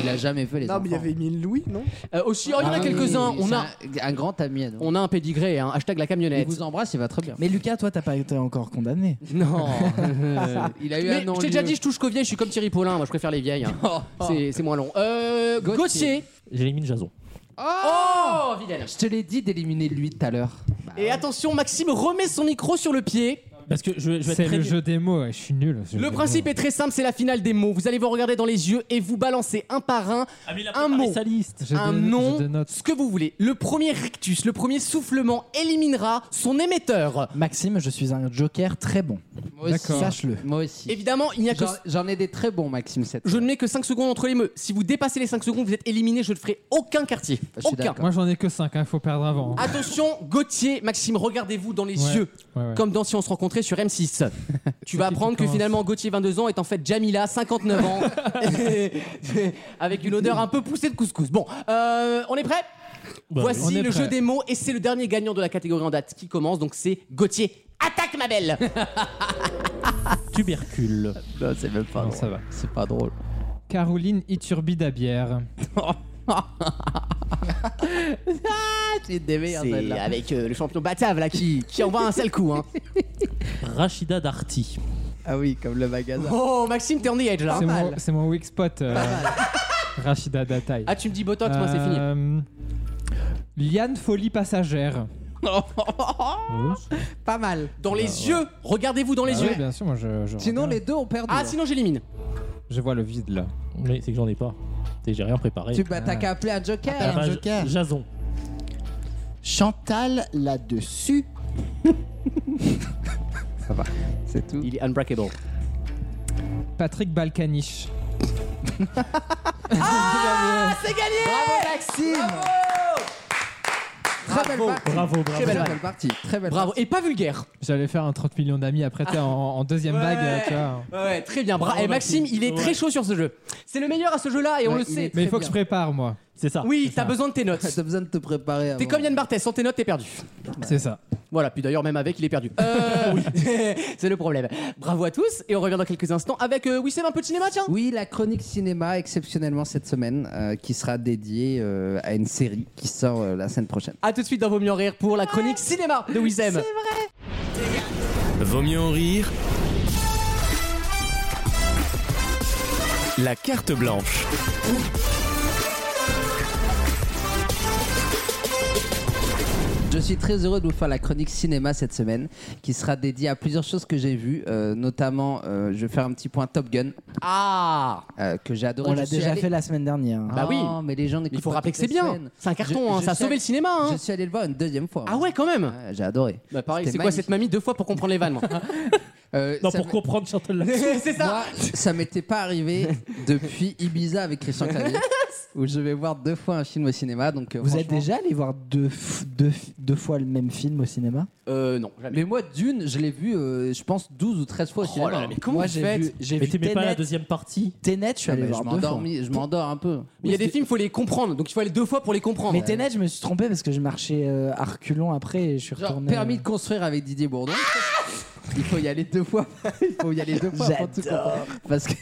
S2: Il a jamais fait les
S7: Non, mais il y
S2: enfants.
S7: avait Émile Louis, non
S3: Euh, aussi, oh, il y en a
S2: Ah oui,
S3: quelques-uns.
S2: oui,
S3: On
S2: c'est
S3: a,
S2: un, un grand ami à nous.
S3: on a un pédigré, hein. hashtag la
S2: Il
S3: camionnette.
S2: vous embrasse, il va très bien.
S4: Mais Lucas, toi, t'as pas été encore condamné.
S3: Non.
S2: Euh,
S3: Eh
S2: Il a eu
S3: Mais
S2: un nom.
S3: je t'ai déjà dit, je touche qu'aux vieilles, je suis comme Thierry Paulin, moi je préfère les vieilles. hein. C'est c'est moins long. Euh, Gauthier.
S5: J'élimine Jason.
S3: Oh, Vidal.
S2: Je te l'ai dit d'éliminer lui tout à l'heure.
S3: Et attention, Maxime remet son micro sur le pied.
S5: Parce que je, je vais être
S9: C'est
S5: très
S9: le
S5: nul.
S9: jeu des mots, ouais, je suis nul.
S3: Le principe est très simple, c'est la finale des mots. Vous allez vous regarder dans les yeux et vous balancez un par un
S5: Ah, mais il a
S3: un
S5: préparé
S3: mot.
S5: sa liste.
S9: J'ai
S3: un
S9: des- j'ai
S3: nom,
S9: des notes.
S3: ce que vous voulez. Le premier rictus, le premier soufflement éliminera son émetteur.
S4: Maxime, je suis un joker très bon.
S2: Moi aussi.
S9: D'accord.
S4: Sache-le.
S2: Moi aussi.
S3: Évidemment, il n'y a que...
S2: J'en- J'en ai des très bons, Maxime. Cette
S3: Je ne mets que 5 secondes entre les mots. Si vous dépassez les 5 secondes, vous êtes éliminé, je ne ferai aucun quartier.
S2: Je suis
S3: Aucun.
S2: d'accord.
S9: Moi j'en ai que 5, il faut perdre avant. hein.
S3: Attention, Gauthier, Maxime, regardez-vous dans les
S9: Ouais,
S3: yeux,
S9: ouais, ouais.
S3: comme dans Si on se rencontrait sur M6. tu vas
S9: qui
S3: apprendre que
S9: commence
S3: finalement Gauthier, 22 ans, est en fait Jamila, 59 ans, avec une odeur un peu poussée de couscous. Bon, euh, on est prêt
S5: Bah,
S3: Voici
S9: on est
S3: le
S9: prêt.
S3: jeu des mots et c'est le dernier gagnant de la catégorie en date qui commence, donc c'est Gauthier. Attaque ma belle
S5: Tubercule.
S2: Non, c'est même pas
S9: Non,
S2: drôle.
S9: ça va.
S2: C'est pas drôle.
S9: Caroline Iturbi d'Abière.
S2: C'est des meilleures,
S3: C'est
S2: celle-là.
S3: avec euh, le champion Batave là qui, qui envoie un sale coup. Hein.
S5: Rachida Darty.
S2: Ah oui, comme le magasin.
S3: Oh Maxime, t'es on the edge là.
S9: C'est mon, c'est mon weak spot, euh, Rachida Dataï.
S3: Ah tu me dis Botox, moi c'est fini.
S9: Euh, Liane Folie Passagère.
S3: Oh,
S2: Pas mal.
S3: Dans les yeux, regardez-vous dans les
S9: Ah
S3: yeux.
S9: oui, bien sûr, moi je. je
S2: Sinon,
S9: regarde.
S2: les deux ont perdu.
S3: Ah
S2: hein.
S3: sinon j'élimine.
S9: Je vois le vide là.
S5: Mais c'est que j'en ai pas. C'est que J'ai rien préparé.
S2: Tu bah, t'as qu'à appeler un joker.
S5: Ah, bah,
S12: Joker.
S5: Jason.
S12: Chantal là-dessus.
S2: C'est tout.
S3: Il est unbreakable.
S9: Patrick Balkanich.
S3: C'est gagné
S2: Très belle partie.
S5: Bravo, bravo.
S2: Très belle partie. Très belle
S3: Bravo. Et pas vulgaire.
S9: J'allais faire un 30 millions d'amis après, t'es en, en deuxième
S3: Ouais.
S9: vague, euh, tu vois.
S3: Ouais, ouais, très bien. Bra-
S5: Bravo,
S3: et Maxime,
S5: Maxime.
S3: il est très
S5: Ouais.
S3: chaud sur ce jeu. C'est le meilleur à ce jeu-là et on
S2: Ouais,
S3: le
S2: il
S3: sait.
S2: est-
S9: Mais il
S2: Très
S9: faut que
S2: bien.
S9: je prépare, moi.
S5: C'est ça.
S3: Oui, t'as besoin de tes notes.
S2: partie. T'as besoin de te préparer.
S3: T'es
S2: avant.
S3: comme Yann Barthès, sans tes notes, t'es perdu.
S9: C'est ça.
S3: Voilà, puis d'ailleurs, même avec, il est perdu. Euh, oui, c'est le problème. Bravo à tous, et on revient dans quelques instants avec euh, Wissem, un peu de cinéma, tiens
S2: Oui, la chronique cinéma exceptionnellement cette semaine euh, qui sera dédiée euh, à une série qui sort euh, la semaine prochaine.
S3: A tout de suite dans Vos mieux en rire pour la chronique cinéma de Wissem.
S1: Vaut mieux en rire. La carte blanche.
S2: Je suis très heureux de vous faire la chronique cinéma cette semaine qui sera dédiée à plusieurs choses que j'ai vues, euh, notamment euh, je vais faire un petit point Top Gun
S3: Ah
S2: euh, que j'ai adoré.
S4: On
S2: Je
S4: l'a
S2: suis
S4: déjà
S2: allé-
S4: fait la semaine dernière. hein.
S2: Ah,
S3: Bah oui.
S2: mais les gens
S3: Il
S2: n'écoutent
S3: faut
S2: pas
S3: rappeler que
S2: toutes
S3: c'est
S2: les
S3: bien.
S2: semaines.
S3: C'est un carton,
S2: Je-
S3: hein,
S2: je
S3: ça a
S2: suis
S3: sauvé
S2: allé-
S3: le cinéma. Hein.
S2: Je suis allé le voir une deuxième fois.
S3: Ah ouais, quand même
S2: Ouais, J'ai adoré.
S3: Bah pareil,
S2: C'était
S3: c'est quoi
S2: magnifique.
S3: cette mamie deux fois pour comprendre les vannes moi.
S2: Euh,
S5: Non,
S2: ça
S5: pour
S2: m'a-
S5: comprendre Chantal Latsou.
S3: C'est ça
S2: Moi, ça m'était pas arrivé depuis Ibiza avec Christian Clavier, où je vais voir deux fois un film au cinéma. Donc, euh,
S4: Vous êtes
S2: franchement-
S4: déjà allé voir deux, f- deux, f- deux fois le même film au cinéma
S3: Euh, non, jamais.
S2: Mais moi, Dune, je l'ai vu, euh, je pense, 12 ou 13 fois au
S3: Oh
S2: cinéma.
S3: là là, mais comment
S4: Moi
S3: vous
S4: j'ai
S3: faites
S4: vu, j'ai
S5: Mais
S4: vu
S5: t'aimais pas la
S4: Tenet.
S5: deuxième partie
S4: Tenet, je suis
S2: Ah,
S4: allé
S2: mais je
S4: voir deux fois.
S2: m'endormis- je m'endors un peu.
S3: Il y a des films, faut les comprendre, donc il faut aller deux fois pour les comprendre.
S4: Mais Tenet, je me suis trompé parce que je marchais euh, à reculons après et je suis
S2: Genre,
S4: retourné. euh,
S2: permis de construire avec Didier Bourdon. Il faut y aller deux fois. Il faut y aller deux fois. avant de tout comprendre. Parce que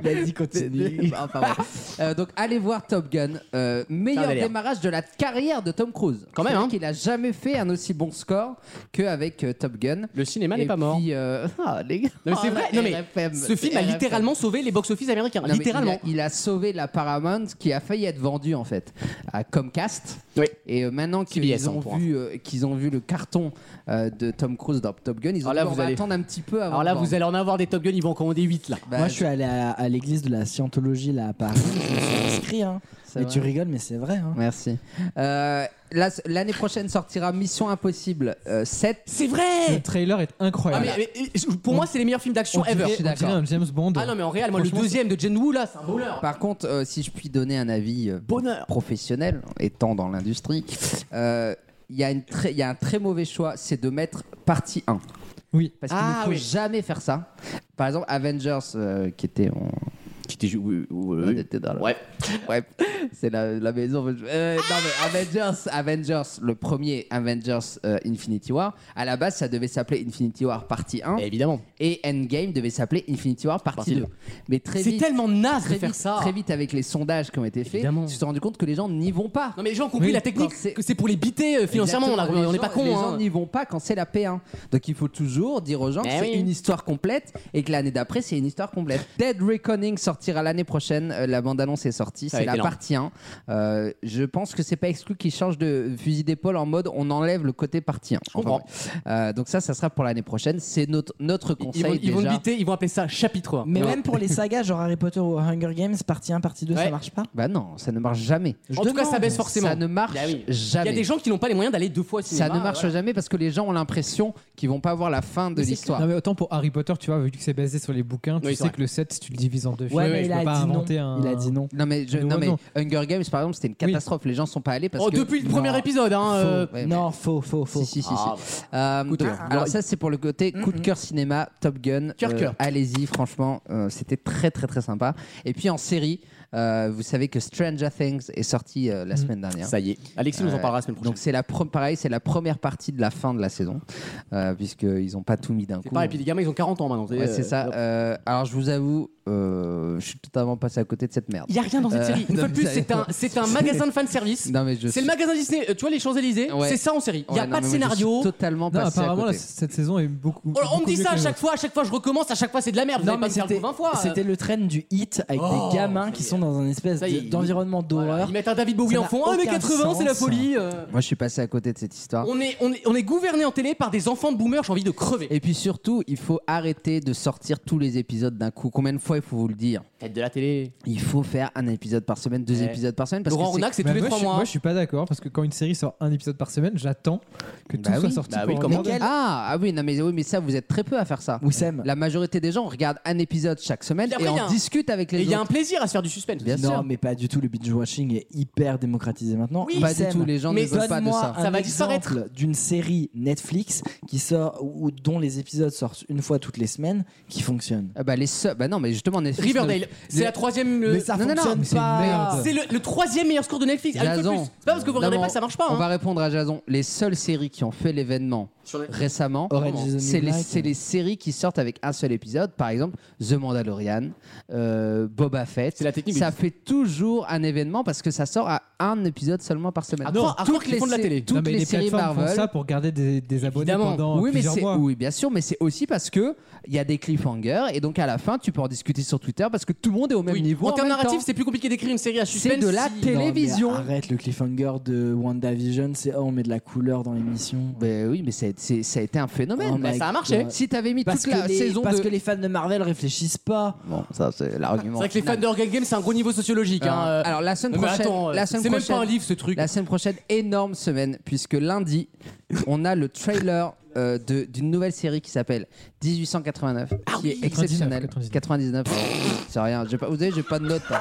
S4: Vas-y, continue.
S2: Ah, pardon. Euh, donc allez voir Top Gun, Euh,
S3: C'est un
S2: meilleur
S3: délire.
S2: démarrage de la carrière de Tom Cruise.
S3: Quand même,
S2: C'est-à-dire
S3: hein.
S2: qu'il a jamais fait un aussi bon score qu'avec euh, Top Gun.
S3: Le cinéma n'est
S2: Et
S3: pas mort.
S2: puis, euh, ah, les gars.
S3: Non, mais c'est vrai,
S2: Oh,
S3: non, mais
S2: RFM.
S3: Ce film a
S2: RFM.
S3: littéralement sauvé les box-office américains.
S2: Non, mais
S3: littéralement.
S2: Il a, il a sauvé la Paramount qui a failli être vendue en fait à Comcast.
S3: Oui.
S2: Et euh, maintenant
S3: CBS,
S2: qu'ils
S3: hein,
S2: ont,
S3: pour
S2: vu, euh, qu'ils ont vu le carton euh, de Tom Cruise dans Top Gun, ils ont
S3: Alors Ah, là,
S2: dit, on
S3: vous
S2: va
S3: allez-
S2: attendre un petit peu avant.
S3: Alors là, vous allez en avoir des Top Gun, ils vont en commander 8 là.
S2: Bah,
S4: Moi, je suis allé à, à l'église de la Scientologie là à Paris. je me suis inscrit. Hein. Mais tu rigoles, mais c'est vrai. Hein.
S2: Merci. Euh, la- L'année prochaine sortira Mission Impossible euh, 7.
S3: C'est vrai
S9: Le trailer est
S3: Eh. Ah,
S9: incroyable.
S3: mais- mais- mais- Pour moi, c'est les meilleurs films d'action
S9: on dirait,
S3: ever.
S2: je suis
S9: on dirait
S2: d'accord.
S9: un James Bond.
S3: Ah non, mais en réel, moi, le
S9: Franchement,
S3: deuxième de Jen Woo là, c'est un bonheur.
S2: Par contre, euh, si je puis donner un avis euh,
S3: Bonheur.
S2: professionnel, étant dans l'industrie, euh, il y, a une très- il y a un très mauvais choix, c'est de mettre partie 1.
S9: Oui.
S2: Parce qu'il
S3: Ah,
S2: ne faut
S3: oui.
S2: jamais faire ça. Par exemple, Avengers, euh, qui était en...
S3: Qui t'es joué.
S2: on était dans la- Ouais. C'est la, la maison. Euh, non,
S3: Ah
S2: mais Avengers, Avengers, le premier Avengers euh, Infinity War. À la base, ça devait s'appeler Infinity War partie 1.
S3: Eh, Évidemment.
S2: Et Endgame devait s'appeler Infinity War partie,
S3: Partie
S2: 2.
S3: deux.
S2: Mais très
S3: C'est
S2: vite.
S3: tellement naze
S2: Très
S3: de faire
S2: vite,
S3: ça.
S2: très vite, avec les sondages qui ont été faits,
S3: Évidemment.
S2: je suis rendu compte que les gens n'y vont pas.
S3: Non mais les gens ont compris
S2: Oui,
S3: la technique,
S2: quand c'est-
S3: que c'est pour les biter euh, financièrement, là,
S2: Exactement, les
S3: on n'est
S2: gens-
S3: pas
S2: Les
S3: cons.
S2: gens
S3: hein.
S2: n'y vont pas quand c'est la P1. Donc il faut toujours dire aux gens que
S3: Eh
S2: c'est
S3: oui.
S2: une histoire complète et que l'année d'après, c'est une histoire complète. Dead Reckoning sortira l'année prochaine. Euh, La bande-annonce est sortie.
S3: Ça
S2: C'est
S3: va être
S2: la
S3: énorme.
S2: partie 1. Euh, je pense que c'est pas exclu qu'ils changent de fusil d'épaule en mode on enlève le côté partie 1. Je
S3: comprends.
S2: Euh, donc ça, ça sera pour l'année prochaine. C'est notre, notre
S3: Ils- Ils, vont,
S2: conseil
S3: ils vont le
S2: déjà.
S3: biter, ils vont appeler ça chapitre 1.
S4: Mais même pour les sagas genre Harry Potter ou Hunger Games, partie 1, partie 2,
S3: Ouais.
S4: ça marche pas.
S2: Bah non, ça ne marche jamais.
S3: En tout cas, ça baisse forcément.
S2: Ça ne marche
S3: Bah oui. Il
S2: jamais.
S3: y a des gens qui n'ont pas les moyens d'aller deux fois au
S2: ça
S3: cinéma.
S2: ne marche jamais parce que les gens ont l'impression qu'ils vont pas voir la fin de l'histoire.
S9: Non mais autant pour Harry Potter, tu vois, vu que c'est basé sur les bouquins,
S3: Oui,
S9: tu
S3: c'est
S9: sais
S3: vrai.
S9: que le 7, si tu le divises en deux films,
S4: Ouais, mais
S9: tu
S4: il
S9: peux
S4: a
S9: pas
S4: dit non.
S9: inventer un...
S4: Il a dit non.
S2: Non mais, je-
S9: Nous,
S2: non, mais
S9: non.
S2: Hunger Games par exemple c'était une catastrophe, les gens sont pas allés parce
S3: Oh,
S2: que
S3: depuis le premier épisode, hein. euh,
S2: Ouais,
S4: non, faux, faux,
S2: Si,
S4: faux.
S2: si, si, si.
S3: Ah,
S2: Euh,
S3: Coup de
S2: donc,
S3: cœur.
S2: alors ça c'est pour le côté coup de cœur cinéma, Top Gun.
S3: mm. Cœur,
S2: Euh,
S3: cœur.
S2: Allez-y, franchement, euh, c'était très très très sympa. Et puis en série, euh, vous savez que Stranger Things est sorti euh, la semaine dernière.
S3: Mm. Ça y est. Alexis nous en
S2: Euh,
S3: parlera la semaine prochaine.
S2: Donc c'est la pro- pareil, c'est la première partie de la fin de la saison, euh, puisqu'ils n'ont pas tout mis d'un
S3: C'est
S2: coup.
S3: pareil, et puis les gamins ils ont 40 ans maintenant.
S2: Ouais, c'est ça.
S3: euh,
S2: Euh, alors je vous avoue, euh, je suis totalement passé à côté de cette merde.
S3: Il n'y a rien dans cette
S2: Euh,
S3: série. Une
S2: non,
S3: fois de plus,
S2: mais ça-
S3: c'est un, c'est un magasin de fanservice.
S2: Non mais je.
S3: C'est le magasin Disney. Euh, Tu vois, les Champs-Élysées,
S2: Ouais.
S3: c'est ça en série. Il n'y a
S2: Ouais, non,
S3: pas de
S2: mais moi, je suis
S3: scénario.
S2: Totalement
S9: Non,
S2: passé à
S9: apparemment, là,
S2: côté.
S9: cette saison est beaucoup.
S3: Oh, On
S9: beaucoup
S3: me dit
S9: mieux
S3: ça
S9: que
S3: à
S9: les
S3: chaque fois, à chaque fois je recommence, à chaque fois c'est de la merde. Vous
S4: Non,
S3: allez pas
S4: mais
S3: me faire le
S4: c'était
S3: coup 20 fois. euh.
S4: c'était le train du hit avec
S3: Oh,
S4: des gamins
S3: ça y
S4: qui
S3: est.
S4: sont dans un espèce
S3: Ça y est,
S4: de- d'environnement
S3: Voilà,
S4: d'horreur.
S3: Ils mettent un David Bowie
S4: Ça
S3: en
S4: n'a
S3: fond. Ah mais
S4: aucun
S3: 80, c'est la
S4: sens.
S3: folie. euh.
S2: Moi, je suis passé à côté de cette histoire.
S3: On est, on est, on est gouverné en télé par des enfants de boomers, j'ai envie de crever.
S2: Et puis surtout, il faut arrêter de sortir tous les épisodes d'un coup. Combien de fois il faut vous le dire
S3: Faites de la télé.
S2: Il faut faire un épisode par semaine, deux
S3: Ouais.
S2: épisodes par semaine. Parce
S3: Laurent
S2: que c'est-
S3: Ronac, c'est
S9: Bah,
S3: tous les
S9: moi,
S3: 3
S9: je suis-
S3: mois.
S9: Moi, je suis pas d'accord parce que quand une série sort un épisode par semaine, j'attends que tout
S2: Bah
S9: soit
S2: oui.
S9: sorti.
S3: Bah
S9: pour
S3: oui,
S9: regarder.
S3: comment-
S2: ah, ah oui, non, mais, oui, mais ça, vous êtes très peu à faire ça.
S4: Wissem.
S2: La majorité des gens regardent un épisode chaque semaine
S3: Puis après,
S2: et
S3: il y a
S2: on
S3: un-
S2: discute avec
S3: Et
S2: les
S3: il y a
S2: gens.
S3: un plaisir à se faire du suspense.
S2: Bien
S4: non,
S2: sûr.
S4: mais pas du tout. Le binge watching est hyper démocratisé maintenant.
S3: Oui,
S2: Pas du
S4: Wissem,
S2: tout, les gens ne
S3: Mais
S2: veulent pas de
S4: donne-moi
S2: ça.
S4: un
S3: Ça va
S4: exemple
S3: disparaître.
S4: d'une série Netflix qui sort ou dont les épisodes sortent une fois toutes les semaines qui fonctionne.
S2: Ah bah, les seuls. Bah non, mais justement, Netflix.
S3: Riverdale, c'est la troisième. euh,
S4: mais ça
S2: non, non, non,
S4: fonctionne
S9: mais c'est une
S4: pas.
S9: merde.
S3: C'est le, le troisième meilleur score de Netflix. Ah, une fois de
S2: Jason.
S3: plus. C'est pas parce que vous
S2: Non,
S3: regardez
S2: mais
S3: pas que ça marche pas.
S2: On
S3: hein.
S2: va répondre à Jason. Les seules séries qui ont fait l'événement
S3: Sur les-
S2: récemment,
S4: Orange is the New
S2: c'est les,
S4: Black.
S2: c'est les séries qui sortent avec un seul épisode. Par exemple, The Mandalorian, euh, Boba Fett.
S3: C'est la technique.
S2: Ça fait toujours un événement parce que ça sort à un épisode seulement par semaine.
S3: À croire- à croire qu'ils font de la
S2: sé-
S3: télé.
S2: toutes
S9: Non, mais
S2: les,
S9: les
S2: séries
S9: plateformes font
S2: Marvel.
S9: ça pour garder des, des abonnés
S3: Évidemment.
S9: pendant
S2: oui, mais
S9: plusieurs
S2: c'est-
S9: mois.
S2: oui, bien sûr, mais c'est aussi parce que il y a des cliffhangers et donc à la fin, tu peux en discuter sur Twitter parce que tout le monde est au même
S3: Oui.
S2: niveau.
S3: En,
S2: en
S3: termes
S2: même
S3: narratifs,
S2: temps.
S3: c'est plus compliqué d'écrire une série à suspense.
S2: c'est de la
S3: si-
S2: télévision.
S4: Non, mais arrête le cliffhanger de WandaVision, c'est oh, on met de la couleur dans l'émission.
S2: Ben oui, mais c'est- c'est- Ben, ça a été un phénomène.
S4: Oh my
S3: ça a marché.
S4: God.
S2: Si t'avais mis
S4: Parce,
S2: toute
S4: que,
S2: la
S4: les,
S2: saison
S4: parce
S2: de...
S4: que les fans de Marvel réfléchissent pas.
S2: Bon, ça c'est l'argument.
S3: C'est vrai que les fans
S2: final.
S3: de Hunger Games, c'est un gros niveau sociologique. hein,
S2: Euh,
S3: euh.
S2: alors la semaine
S3: Non, mais
S2: prochaine,
S3: attends, euh,
S2: la
S3: c'est
S2: semaine
S3: même
S2: prochaine,
S3: pas un livre ce truc.
S2: la semaine prochaine, énorme semaine puisque lundi, on a le trailer euh, de- d'une nouvelle série qui s'appelle 1889,
S3: Ah
S2: qui est exceptionnelle.
S9: 99.
S2: 99, euh, c'est rien. j'ai pas- vous savez, j'ai pas de notes. hein.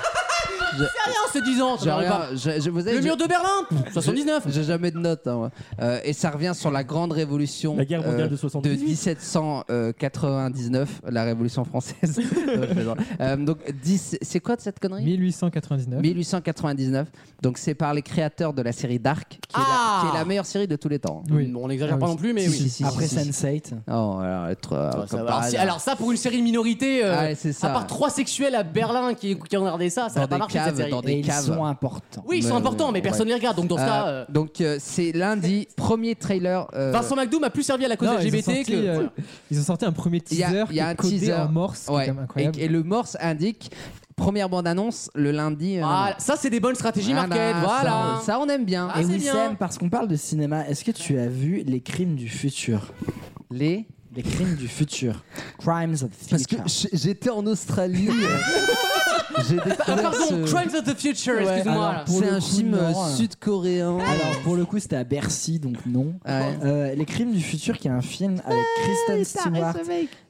S3: Rien, c'est 10 ans. t'en
S2: J'ai
S3: parles
S2: rien.
S3: pas.
S2: Je- je- vous savez,
S3: Oh, bah, Le
S2: j'ai-
S3: mur de Berlin, pff, 79.
S2: J'ai jamais de notes. hein, moi. Euh, et ça revient sur la grande révolution
S5: La guerre mondiale de 78.
S2: 1799, la révolution française. Non, je plaisante. Euh, donc, 10, c'est quoi de cette connerie
S9: 1899.
S2: 1899. Donc, c'est par les créateurs de la série Dark, qui, est,
S3: Ah
S2: la, qui est la meilleure série de tous les temps.
S9: Oui.
S3: Bon, on n'exagère
S9: Ah,
S3: pas
S9: oui.
S3: non plus, mais
S2: Si,
S3: oui.
S2: si, si,
S4: Après
S2: si, si.
S4: Sense8.
S2: Oh, alors, être, euh,
S3: Ouais, ça
S2: comme
S3: va.
S2: par
S3: Alors, si-
S2: hasard.
S3: alors ça pour une série de minorités, euh,
S2: Ouais, c'est
S3: à
S2: ça.
S3: part trois sexuels à Berlin qui, qui ont regardé ça,
S2: Dans
S3: ça n'a pas
S2: des
S3: marché
S2: caves,
S3: cette série.
S2: dans des-
S4: Et ils
S2: caves.
S4: sont importants.
S3: Oui, ils sont
S2: Ouais,
S3: importants,
S2: ouais,
S3: mais
S2: ouais.
S3: personne ne les regarde. Donc dans ce
S2: Euh,
S3: cas, euh,
S2: donc, euh, c'est lundi, premier trailer. euh,
S3: Vincent McDoom a plus servi à la cause
S9: Non, ils, ont
S3: LGBT
S9: sorti,
S3: que.
S9: euh, ils ont sorti un premier
S2: Il y a-
S9: teaser
S2: il y a
S9: qui
S2: un
S9: est codé
S2: teaser.
S9: en morse,
S2: ouais.
S9: c'est quand même incroyable.
S2: et, et le morse indique première bande-annonce le lundi. euh,
S3: Ah, ça c'est des bonnes stratégies
S4: Ah,
S2: Voilà,
S3: market, voilà.
S2: Ça, ça, on aime bien.
S3: Ah,
S4: Et
S3: c'est bien.
S4: Wissem, parce qu'on parle de cinéma, est-ce que tu as vu Les Crimes du Futur
S2: Les.
S4: Les Crimes du Futur. Crimes of the
S2: Parce que
S4: Future.
S2: j- j'étais en Australie. euh, J'ai
S3: Ah,
S2: découvert
S3: pardon,
S2: ce-
S3: Crimes of the Future,
S4: Ouais,
S3: excuse-moi.
S4: alors,
S3: là.
S4: pour
S2: C'est
S4: le
S2: un
S4: coup,
S2: film euh,
S4: non, euh.
S2: sud-coréen.
S4: Alors pour le coup c'était à Bercy donc non.
S2: Ouais.
S4: Euh, les crimes du futur qui est un film avec Kristen Stewart,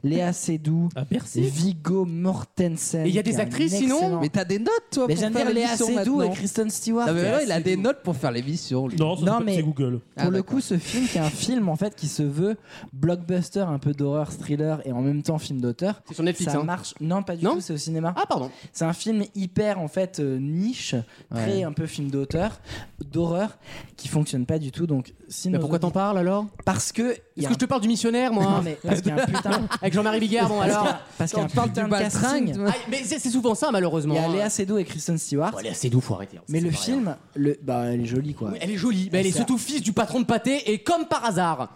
S4: Léa Seydoux,
S5: Ah, merci.
S4: Viggo Mortensen.
S3: Et il y a des
S4: qui est un
S3: actrices, sinon
S4: excellent-
S2: Mais t'as des notes, toi,
S4: Mais
S2: pour
S4: j'aime
S2: faire
S4: dire Léa
S2: l'émission
S4: Seydoux et Ah,
S2: maintenant.
S4: Kristen Stewart.
S3: Ah,
S2: Non, mais
S4: Léa
S2: voilà, il a des
S4: Seydoux.
S2: notes pour faire l'émission. lui.
S5: Non, ça,
S4: Non,
S5: c'est-
S4: mais-
S5: c'est Google.
S2: Ah,
S4: Pour le
S2: d'accord.
S4: coup, ce film qui est un film en fait qui se veut blockbuster, un peu d'horreur, thriller et en même temps film d'auteur,
S3: C'est sur Netflix,
S4: ça
S3: hein.
S4: marche. Non, pas du
S3: Non
S4: tout, c'est au cinéma.
S3: Ah, pardon.
S4: C'est un un film hyper en fait euh, niche, très un peu film d'auteur, d'horreur, qui fonctionne pas du tout. Donc, si
S3: Mais pourquoi t'en parles alors
S4: Parce que.
S3: Est-ce que je te parle du missionnaire, moi
S4: Non, mais parce qu'il y a un putain.
S3: Avec Jean-Marie Bigard, bon
S4: Parce qu'il y
S3: alors.
S4: a- Parce qu'il y a un
S2: On parle
S4: putain
S2: du
S4: de casting.
S2: baltringue.
S3: Ah, mais c'est c'est souvent ça, malheureusement. hein.
S4: Il y a Léa Seydoux et Kristen Stewart.
S3: Bon, Léa, c'est doux, faut arrêter. hein,
S4: Mais
S3: ça
S4: le
S3: sert à rien.
S4: film, le, bah, elle est jolie quoi.
S3: Oui, elle est jolie, mais elle est
S4: C'est-
S3: surtout fils du patron de pâté et comme par hasard.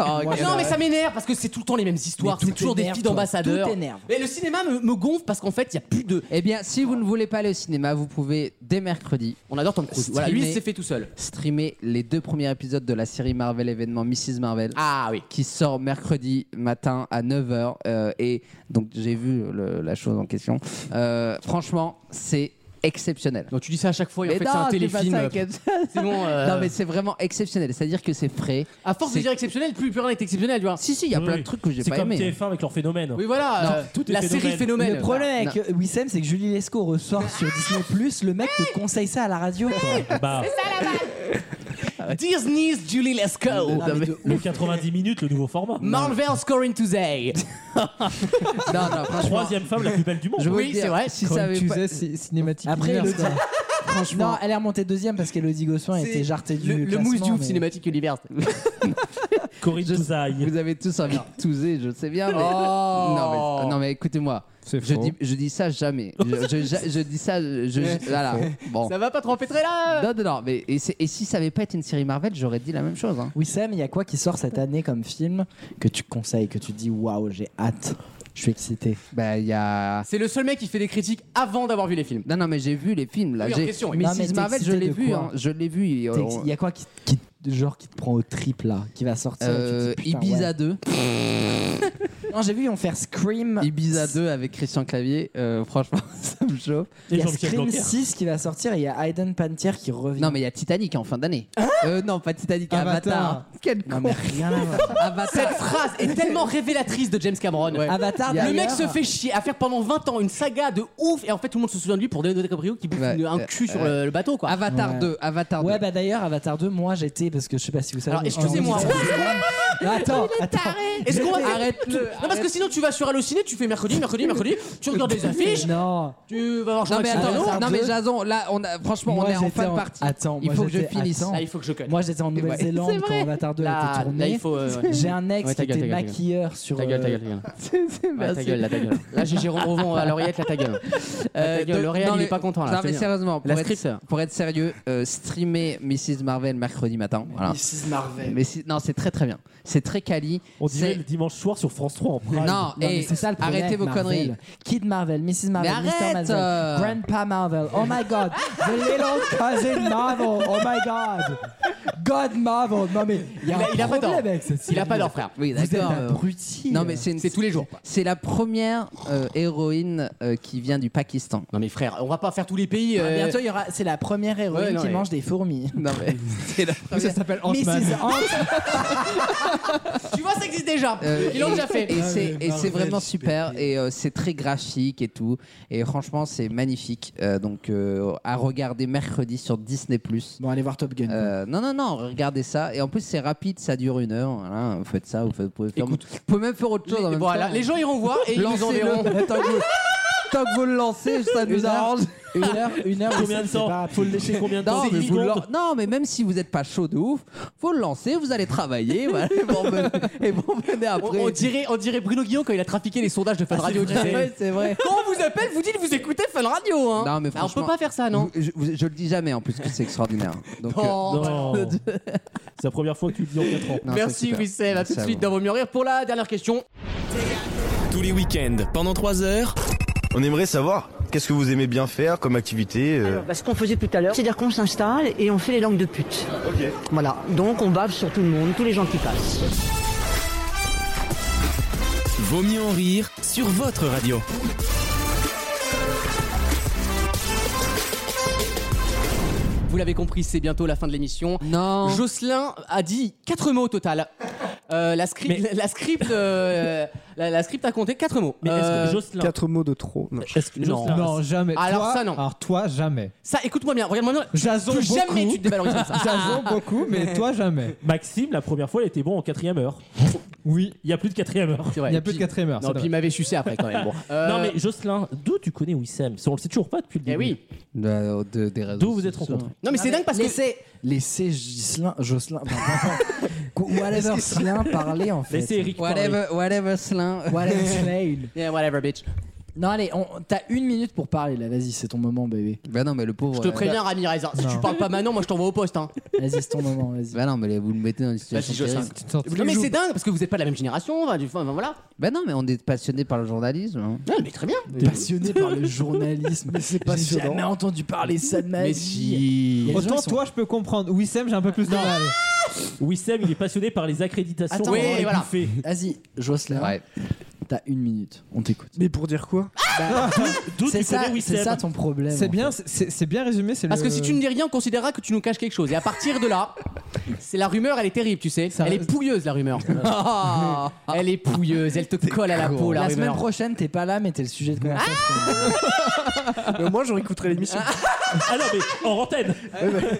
S2: Oh,
S3: Mais non, mais ça m'énerve parce que c'est tout le temps les mêmes histoires,
S4: bah Mais tout
S3: c'est toujours des
S4: t'énerve,
S3: filles
S4: toi.
S3: d'ambassadeurs.
S4: Tout t'énerve.
S3: Mais le cinéma me, me gonfle parce qu'en fait, il y a plus de.
S2: Eh bien, si vous ne voulez pas aller au cinéma, vous pouvez dès mercredi
S3: On adore Tom Cruise. Voilà, lui, il
S2: Streamer.
S3: s'est fait tout seul.
S2: streamer les deux premiers épisodes de la série Marvel événement Mrs Marvel.
S3: Ah oui.
S2: qui sort mercredi matin à 9h. et donc, j'ai vu le- la chose en question. Euh, franchement, c'est exceptionnel.
S3: Donc tu dis ça à chaque fois et en
S2: Mais
S3: fait,
S2: non,
S3: c'est un
S2: je dis pas ça,
S3: téléfilm.
S2: inquiète.
S3: C'est bon. euh,
S2: Non, mais c'est vraiment exceptionnel. C'est-à-dire que c'est frais.
S3: À force de
S2: c'est-
S3: dire exceptionnel, plus, plus rien n'est exceptionnel, tu vois.
S2: Si, si, il y a
S5: Oui,
S2: plein de
S5: oui.
S2: trucs que j'ai
S5: C'est
S2: pas
S5: comme
S2: aimé.
S5: TF1 avec leur phénomène.
S3: Oui, voilà.
S5: Non,
S3: euh,
S5: tout est
S3: la
S5: phénomène.
S3: série phénomène.
S8: Le problème avec euh, Wissem, c'est que Julie Lescaut ressort sur Disney le mec te conseille ça à la radio. quoi.
S5: Bah,
S3: Disney's Julie
S2: hein.
S3: Lescaut.
S5: le 90 minutes, le nouveau format.
S3: Marvel Scoring Today.
S2: Non, non, franchement.
S5: Troisième femme la plus belle du monde.
S2: Je veux
S3: Oui,
S2: dire,
S3: c'est vrai.
S2: Si
S9: Comme
S2: ça avait
S9: tu
S2: pas...
S9: sais, c'est cinématique.
S4: Après,
S9: Universe,
S4: le-
S9: quoi.
S4: franchement, non, elle est remontée deuxième parce qu'Elodie Gossuin était jartée du.
S3: Le, le
S4: classement,
S3: mousse du ouf
S4: mais-
S3: cinématique univers.
S5: Corinne
S2: Je-
S5: Touzaille.
S2: Vous avez tous envie de touser, je sais bien. Mais...
S3: Oh.
S2: Non, mais, non, mais écoutez-moi.
S9: C'est
S2: Je
S9: faux.
S2: dis, je dis ça jamais. Je, je- je- je dis ça. Je, je- voilà. Bon.
S3: Ça va pas trop empêtrer là
S2: Non, non, non. Mais, et, c'est- et si ça avait pas été une série Marvel, j'aurais dit la même chose. hein.
S4: Wissem, il y a quoi qui sort cette année comme film que tu conseilles, que tu dis waouh, j'ai hâte, je suis excité.
S2: Bah, il y a.
S3: C'est le seul mec qui fait des critiques avant d'avoir vu les films.
S2: Non, non, mais j'ai vu les films là.
S3: Oui, en
S2: J'ai-
S3: question, oui.
S2: Mrs.
S4: Non, mais t'es
S2: Marvel, je
S4: excité
S2: l'ai
S4: de
S2: vu.
S4: quoi
S2: hein. Je l'ai vu. et
S3: Euh,
S4: T'es-
S2: on-
S4: Il y a quoi qui, qui- genre qui te prend au trip là, qui va sortir et tu te
S2: Euh,
S4: dis, putain,
S2: Ibiza 2.
S4: ouais. Non, j'ai vu ils vont faire Scream.
S2: Ibiza 2 avec Christian Clavier. euh, franchement, ça me chauffe.
S4: Il
S5: Et
S4: y a
S5: Jean-Michel
S4: Scream
S5: Blanquer.
S4: 6 qui va sortir et il y a Hayden Pantier qui revient.
S2: Non, mais il y a Titanic en fin d'année. Euh, non, pas Titanic, Avatar.
S8: Avatar.
S2: Quel
S4: Non,
S2: con.
S4: mais rien à voir.
S2: Avatar.
S3: Cette phrase est tellement révélatrice de James Cameron. Ah,
S4: Avatar,
S2: Il y a-
S3: Le mec
S4: d'ailleurs,
S3: se fait chier à faire pendant 20 ans une saga de ouf et en fait tout le monde se souvient de lui pour Leonardo DiCaprio qui bouffe
S2: Ouais, bah,
S3: une- un
S2: euh,
S3: cul sur
S2: ouais.
S3: le, le bateau quoi.
S2: Avatar
S4: Ouais.
S2: 2. Avatar 2.
S4: Ouais, bah d'ailleurs, Avatar 2, moi j'étais, parce que je sais pas si vous savez.
S3: Alors
S4: mais-
S3: excusez-moi.
S4: Oh, non, Attends, attends.
S3: Est-ce qu'on va faire-
S2: Arrête-le,
S4: Euh,
S3: Non parce que sinon tu vas sur Allociné, tu fais mercredi, mercredi, mercredi, tu regardes des affiches,
S4: Non.
S3: tu vas voir
S2: Non
S3: Jean-Marc
S2: mais
S3: Sarno.
S2: attends,
S4: Avatar
S2: non mais
S4: 2.
S2: Jason, là on a franchement on
S4: Moi,
S2: est en
S4: j'étais
S2: fin
S4: en- Ah,
S2: de partie.
S4: Attends,
S2: il
S4: moi,
S2: faut que je
S4: j'étais-
S2: finisse.
S4: attends.
S3: Là Ah, il faut que je hein. connaisse.
S4: Moi j'étais en Nouvelle-Zélande quand Avatar 2 a été
S3: Là, là,
S4: tourné.
S3: il faut. euh, ouais.
S4: J'ai un ex
S3: Ouais, ta
S4: qui
S3: gueule,
S4: était
S3: ta gueule, ta gueule.
S4: maquilleur sur.
S3: Ta gueule, ta
S4: euh,
S3: gueule, ta gueule. Ouais, ta gueule, là, ta gueule. Là, j'ai Jérôme Rouvon à l'oreillette, là, ta gueule. Là, ta
S2: Euh,
S3: gueule,
S2: donc-
S3: le réel,
S2: non,
S3: il est
S2: mais-
S3: pas content, là.
S2: Non
S3: c'est
S2: mais
S3: bien.
S2: sérieusement, pour
S3: La
S2: être,
S3: script, ça.
S2: pour être sérieux, euh, streamer Mrs Marvel mercredi matin. Voilà.
S7: Mrs. Marvel.
S2: Mais si- non, c'est très très bien. C'est très quali.
S5: On dirait
S2: C'est-
S5: le dimanche soir sur France 3 en prime.
S2: Non,
S4: Non,
S2: et
S4: mais c'est ça le problème
S2: arrêtez
S4: avec
S2: vos
S4: Marvel.
S2: conneries.
S4: Kid Marvel, Mrs. Marvel,
S2: Mais
S4: Mr.
S2: arrête,
S4: Marvel,
S2: euh.
S4: Grandpa Marvel, oh my god, the little cousin Marvel, oh my god, God Marvel. Non mais il y a
S3: Il a-
S4: un
S3: il a pas
S4: problème
S3: tort.
S4: avec cette série.
S3: Il a pas d'or, frère.
S2: Oui,
S4: Vous êtes
S2: d'accord. euh,
S4: abruti.
S2: Non mais c'est une-
S3: C'est tous les jours.
S2: c'est la première euh, héroïne euh, qui vient du Pakistan.
S3: Non, mais frère, on va pas faire tous les pays.
S4: Ah,
S3: euh,
S4: Bientôt il y aura, c'est la première héroïne
S3: Ouais, non,
S4: qui
S3: mais-
S4: mange des fourmis.
S2: Non mais c'est la
S9: Ça
S2: première.
S9: s'appelle Ant-Man.
S4: Mrs. Ant,
S3: Tu vois, ça existe déjà.
S2: Euh,
S3: Ils l'ont
S2: et-
S3: déjà fait.
S2: Et c'est, et c'est
S7: Marvel, super.
S2: vraiment super. Et euh, c'est très graphique et tout. Et franchement, c'est magnifique. Euh, donc, euh, à regarder mercredi sur Disney.
S4: Bon allez voir Top Gun.
S2: Euh, non, non, non, regardez ça. Et en plus, c'est rapide, ça dure une heure. Voilà, vous faites ça, vous, faites- vous pouvez faire. vous pouvez même faire autre chose en
S3: Les,
S2: même
S3: voilà,
S2: temps.
S3: les gens iront voir et ils nous
S2: Lancez-le.
S3: enverront.
S2: Tant que vous- Tant que vous le lancez, ça nous
S4: Une heure.
S2: arrange.
S4: Une heure, une heure.
S5: Combien de
S4: c'est- c'est
S5: temps
S4: pas-
S5: Faut le laisser combien de temps
S2: Non mais,
S5: Dix
S2: vous le
S5: secondes
S2: lan- non, mais même si vous n'êtes pas chaud de ouf, faut le lancer, vous allez travailler voilà, et vous revenez- et vous revenez
S3: On,
S2: après.
S3: on dirait, on dirait Bruno Guillon quand il a trafiqué les sondages de Fun Radio. tu sais.
S2: Ouais, c'est vrai.
S3: Quand on vous appelle, vous dites vous écoutez Fun Radio. Hein.
S2: Non, mais
S3: Bah, on peut
S2: franchement-
S3: pas faire ça, non Oh.
S2: Vous- je, vous- je le dis jamais en plus que c'est extraordinaire. Donc, euh,
S5: Non. C'est la première fois que tu le dis en 4 ans.
S2: non, c'est
S3: Merci
S2: super.
S3: Wissel, à
S2: Merci
S3: tout de
S2: à
S3: suite
S2: vous.
S3: dans Vaut mieux rire pour la dernière question.
S1: Tous les week-ends, pendant 3 heures,
S12: On aimerait savoir qu'est-ce que vous aimez bien faire comme activité. euh,
S11: Bah,
S10: ce qu'on faisait tout à l'heure.
S11: C'est-à-dire qu'on s'installe et on fait les langues de pute. Voilà, donc on bave sur tout le monde, tous les gens qui passent.
S1: Vaut mieux en rire sur votre radio.
S3: Vous l'avez compris, c'est bientôt la fin de l'émission.
S2: Non.
S3: Jocelyn a dit quatre mots au total. Euh, la script, la, la script, euh, la, la script a compté 4 mots. Euh,
S7: Quatre mots de trop. Non.
S9: non. non, jamais.
S3: Alors
S9: Toi-
S3: ça, non.
S9: Alors toi, jamais.
S3: Ça, écoute-moi bien, regarde-moi bien.
S9: Jason
S3: Plus
S9: beaucoup.
S3: jamais tu te dévalorises comme ça.
S9: Jason beaucoup, mais toi, jamais.
S5: Maxime, la première fois, il était bon en quatrième heure.
S9: Oui.
S5: Il n'y a plus de quatrième heure.
S3: C'est vrai.
S9: Il y a plus de
S3: Puis-
S9: quatrième heure.
S3: Non,
S9: c'est
S3: puis
S9: vrai.
S3: il m'avait sucé après quand même. Bon. Euh,
S5: Non, mais Jocelyn, d'où tu connais Wissem Ça, On le sait toujours pas depuis le
S3: Eh
S5: début.
S3: oui.
S2: De- de- des réseaux
S5: D'où vous êtes
S2: sociaux.
S5: rencontrés
S3: Non, mais c'est dingue parce que.
S4: Laissez, laissez Gislin, Jocelyn, pardon, pardon. whatever Slin parler en fait.
S5: Laissez Eric parler.
S2: Whatever, whatever, Slin.
S4: Whatever Slane.
S3: Yeah, Eh, whatever, bitch.
S4: Non, allez, on- t'as une minute pour parler là, vas-y, c'est ton moment, bébé.
S2: Bah non, mais le pauvre.
S3: Je te
S2: euh,
S3: préviens, Ramirez. hein, Si tu parles pas maintenant, moi je t'envoie au poste. Hein.
S4: Vas-y, c'est ton moment, vas-y.
S2: Bah non, mais vous le mettez dans une situation
S3: Vas-y, Jocelyn.
S2: terrible.
S9: Tu te sens-
S3: Non, mais c'est dingue parce que vous êtes pas de la même génération. Enfin, du, enfin, voilà.
S2: Bah non, mais on est passionné par le journalisme. hein.
S3: Non, mais très bien.
S4: Passionné par le journalisme. Mais c'est passionnant. J'ai jamais entendu parler ça de ma
S3: Mais
S4: vie. Il y a des gens
S9: Autant
S4: qui sont-
S9: toi, je peux comprendre. Wissem, j'ai un peu plus de mal.
S5: Wissem, il est passionné par les accréditations.
S4: Attends,
S5: avant
S3: oui,
S5: les
S3: voilà.
S5: buffets.
S4: Vas-y, Jocelyn,
S2: Ouais.
S4: t'as une minute, on t'écoute.
S7: Mais pour dire quoi
S5: D'où
S4: C'est
S5: tu
S4: ça,
S5: connais
S4: c'est
S5: Wissem
S4: ça ton problème.
S9: C'est bien, c'est c'est bien résumé. c'est
S3: Parce
S9: le-
S3: que si tu ne dis rien, on considérera que tu nous caches quelque chose. Et à partir de là, c'est la rumeur, elle est terrible, tu sais.
S9: Ça-
S3: elle est pouilleuse, la rumeur. Ah, elle est pouilleuse, elle te colle à la peau, la,
S4: La semaine
S3: rumeur.
S4: prochaine, t'es pas là, mais t'es le sujet de conversation.
S7: Mais Euh, Moi, j'en écouterai l'émission.
S5: Ah non, mais en antenne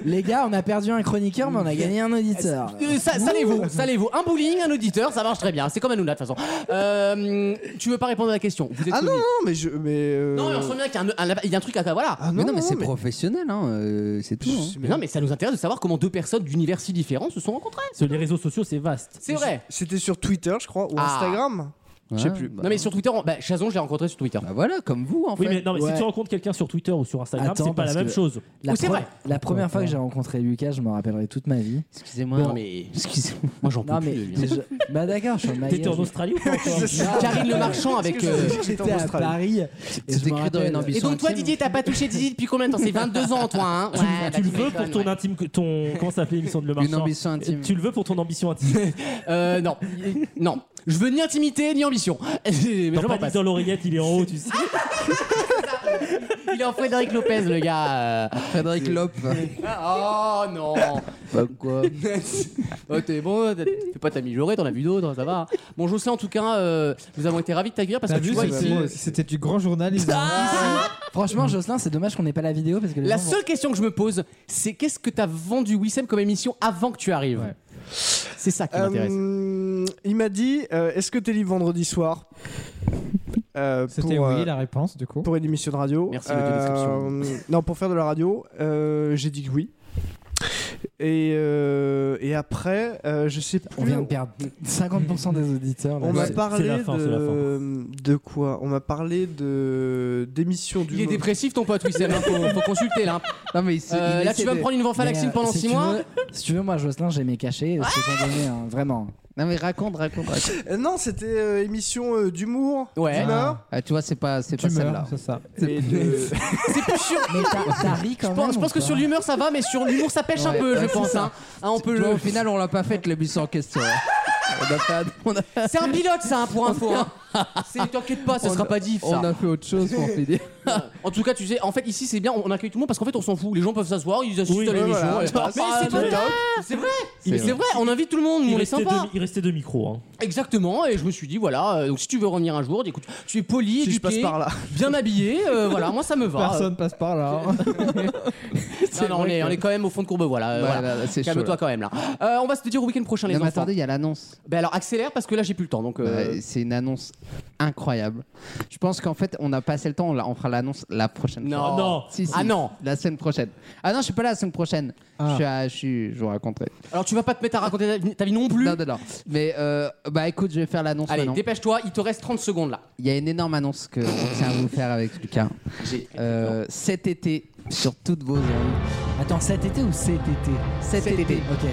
S4: Les gars, on a perdu un chroniqueur, mais on a gagné un auditeur.
S3: Euh, Ça, ça les vaut, ça les vaut. Un bowling, un auditeur, ça marche très bien. C'est comme Anouna de toute façon. Euh, tu veux pas répondre à la question Vous êtes
S7: Ah non,
S3: connu.
S7: non, mais je. Mais euh...
S3: Non, mais on sent bien qu'il y a un- un, il y a un truc à voilà.
S7: Ah
S2: mais non, mais c'est
S7: mais-
S2: professionnel, hein, euh, c'est tout. hein.
S3: Mais non, mais ça nous intéresse de savoir comment deux personnes d'univers si différents se sont rencontrées.
S5: Parce que Les réseaux sociaux, c'est vaste.
S3: C'est vrai.
S7: C'était sur Twitter, je crois, ou
S3: Ah.
S7: Instagram. Je sais
S2: Ouais,
S7: plus.
S2: bah-
S3: Non, mais sur Twitter, on- bah, Chazon, je l'ai rencontré sur Twitter.
S2: Bah voilà, comme vous en
S5: Oui,
S2: fait.
S5: mais, non, mais
S4: ouais.
S5: si tu rencontres quelqu'un sur Twitter ou sur Instagram,
S4: Attends,
S5: c'est pas la
S4: parce
S5: même
S4: que-
S5: chose.
S4: La,
S3: Oui, c'est
S4: pre-
S3: vrai.
S4: la première fois que
S5: ouais.
S4: j'ai rencontré Lucas, je me rappellerai toute ma vie.
S2: Excusez-moi.
S3: Non, mais. Excusez-moi. Moi, j'en peux
S4: Non, mais.
S3: plus. de lui, hein.
S4: je- Bah d'accord, je suis en
S5: T'étais en
S4: maillot.
S5: Australie ou pas encore
S3: Karine Le Marchand avec. euh,
S4: J'étais à Paris. et
S2: C'était
S4: je me
S2: cru dans une
S4: rappelle-
S2: ambition.
S3: Et donc, toi, Didier, t'as pas touché Didier depuis combien de temps C'est 22 ans, toi, hein
S5: Tu, le- tu le veux pour ton intime, que- ton comment s'appelait l'émission de Le
S2: Une
S5: Marchand Euh,
S2: ambition intime.
S5: Tu le veux pour ton ambition intime.
S3: Euh, non. Non. Je veux ni intimité, ni ambition. Mais je
S5: Genre,
S3: m'en
S5: pas dit
S3: passe.
S5: dans l'oreillette, il est en haut, tu sais.
S3: Il est en Frédéric Lopez, le gars. euh.
S2: Frédéric Lop.
S3: Ah, Oh non
S2: bah quoi
S3: Oh, T'es bon, t'as- fais pas t'améliorer, t'en as vu d'autres, ça va. Bon, Jocelyn, en tout cas, euh, nous avons été ravis de t'accueillir parce que
S9: T'as
S3: tu
S9: vu,
S3: vois,
S9: c'était-
S3: ici,
S9: c'était du grand journalisme. Ah,
S4: Franchement, Jocelyn, c'est dommage qu'on n'ait pas la vidéo parce que les
S3: la
S4: gens vont-
S3: seule question que je me pose, c'est qu'est-ce que t'as vendu Wissem comme émission avant que tu arrives
S9: Ouais.
S3: C'est ça qui m'intéresse.
S7: Euh, il m'a dit euh, Est-ce que t'es libre vendredi soir Euh,
S9: C'était
S7: pour,
S9: oui
S7: euh,
S9: la réponse du coup.
S7: pour une émission de radio. Euh,
S3: Merci de la description.
S7: Non, pour faire de la radio, euh, j'ai dit que oui. Et, euh, et après, euh, je sais plus.
S4: On vient de perdre 50% des auditeurs. là.
S7: on m'a
S5: c'est-
S7: parlé
S5: c'est la fin, c'est la
S7: de, de quoi On m'a parlé de d'émissions du.
S3: Il est
S7: moment.
S3: dépressif ton pote Wissem, hein, faut, faut consulter là.
S2: Non, mais il se-
S3: Euh,
S2: il
S3: là
S2: essaie
S3: tu vas
S2: de-
S3: me prendre une
S4: Mais,
S3: venfalaxine
S4: euh,
S3: pendant
S4: si
S3: 6
S4: tu
S3: mois
S4: veux- Si tu veux, moi, Jocelyn, j'ai mes cachets. euh, C'est pas donné, hein, vraiment.
S2: Non, mais raconte, raconte, raconte.
S7: Euh, non, c'était euh, émission euh, d'humour,
S3: Ouais.
S7: d'humeur.
S2: Ah, tu vois, c'est pas, c'est pas
S9: Tu
S2: celle-là.
S9: meurs, c'est ça.
S7: et de-
S3: C'est plus sûr.
S4: Mais t'as t'as ri
S3: Je
S4: quand même.
S3: pense, je pense
S4: ou
S3: que
S4: pas
S3: sur l'humeur ça va, mais sur l'humour ça pêche un
S2: Ouais,
S3: peu,
S2: ouais,
S3: je
S2: c'est
S3: pense.
S2: ça.
S3: Hein. Hein, on peut
S2: Tu vois,
S3: le.
S2: au final, on l'a pas faite le bus en question. hein. on, a fait, on, a,
S3: C'est un pilote, ça, hein, pour info. Hein. C'est- T'inquiète pas, ça
S2: On-
S3: sera pas dit.
S2: on a fait autre chose pour finir.
S3: En tout cas, tu sais, en fait, ici c'est bien, on accueille tout le monde parce qu'en fait, on s'en fout. Les gens peuvent s'asseoir, ils assistent
S5: Oui,
S3: à
S5: ouais,
S3: l'émission.
S7: voilà.
S3: et-
S7: Ah,
S3: Mais c'est
S7: c'est
S3: pas grave, c'est vrai.
S2: C'est
S3: Mais C'est vrai, on invite tout le monde, nous,
S5: Il
S3: on est
S5: restait,
S3: sympa.
S5: deux, il restait deux micros. hein.
S3: Exactement, et je me suis dit, voilà, euh, donc si tu veux revenir un jour, écoute, tu es poli,
S7: si je passe
S3: éduqué,
S7: par là.
S3: bien habillé, euh, voilà, moi ça me va.
S9: Personne passe par là.
S3: Non, non, on est, on est quand même au fond de Courbevoie là. euh,
S2: Ouais,
S3: voilà.
S2: là, là, c'est chaud,
S3: Calme-toi
S2: là.
S3: quand même là. Euh, on va se dire au week-end prochain les
S2: Non, mais
S3: enfants.
S2: attendez, il y a l'annonce.
S3: Ben alors accélère parce que là j'ai plus le temps donc. euh,
S2: Ouais, c'est une annonce incroyable. Je pense qu'en fait, on a passé le temps. On, la- on fera l'annonce la prochaine fois.
S3: non.
S5: Oh, non.
S2: Si, si.
S3: Ah non. Ah.
S2: La semaine prochaine. Ah non, je suis pas là la semaine prochaine. Je, suis à- je, suis- je vous raconterai.
S3: Alors tu vas pas te mettre à raconter ta vie, ta vie non plus.
S2: Non, bah non, non. Mais euh, bah écoute, je vais faire l'annonce
S3: Allez,
S2: maintenant.
S3: dépêche-toi, il te reste 30 secondes là.
S2: Il y a une énorme annonce que je tiens à vous faire avec Lucas.
S3: J'ai-
S2: Euh, cet été, sur toutes vos ondes,
S4: Attends, cet été ou cet été
S2: Cet été.
S4: Ok.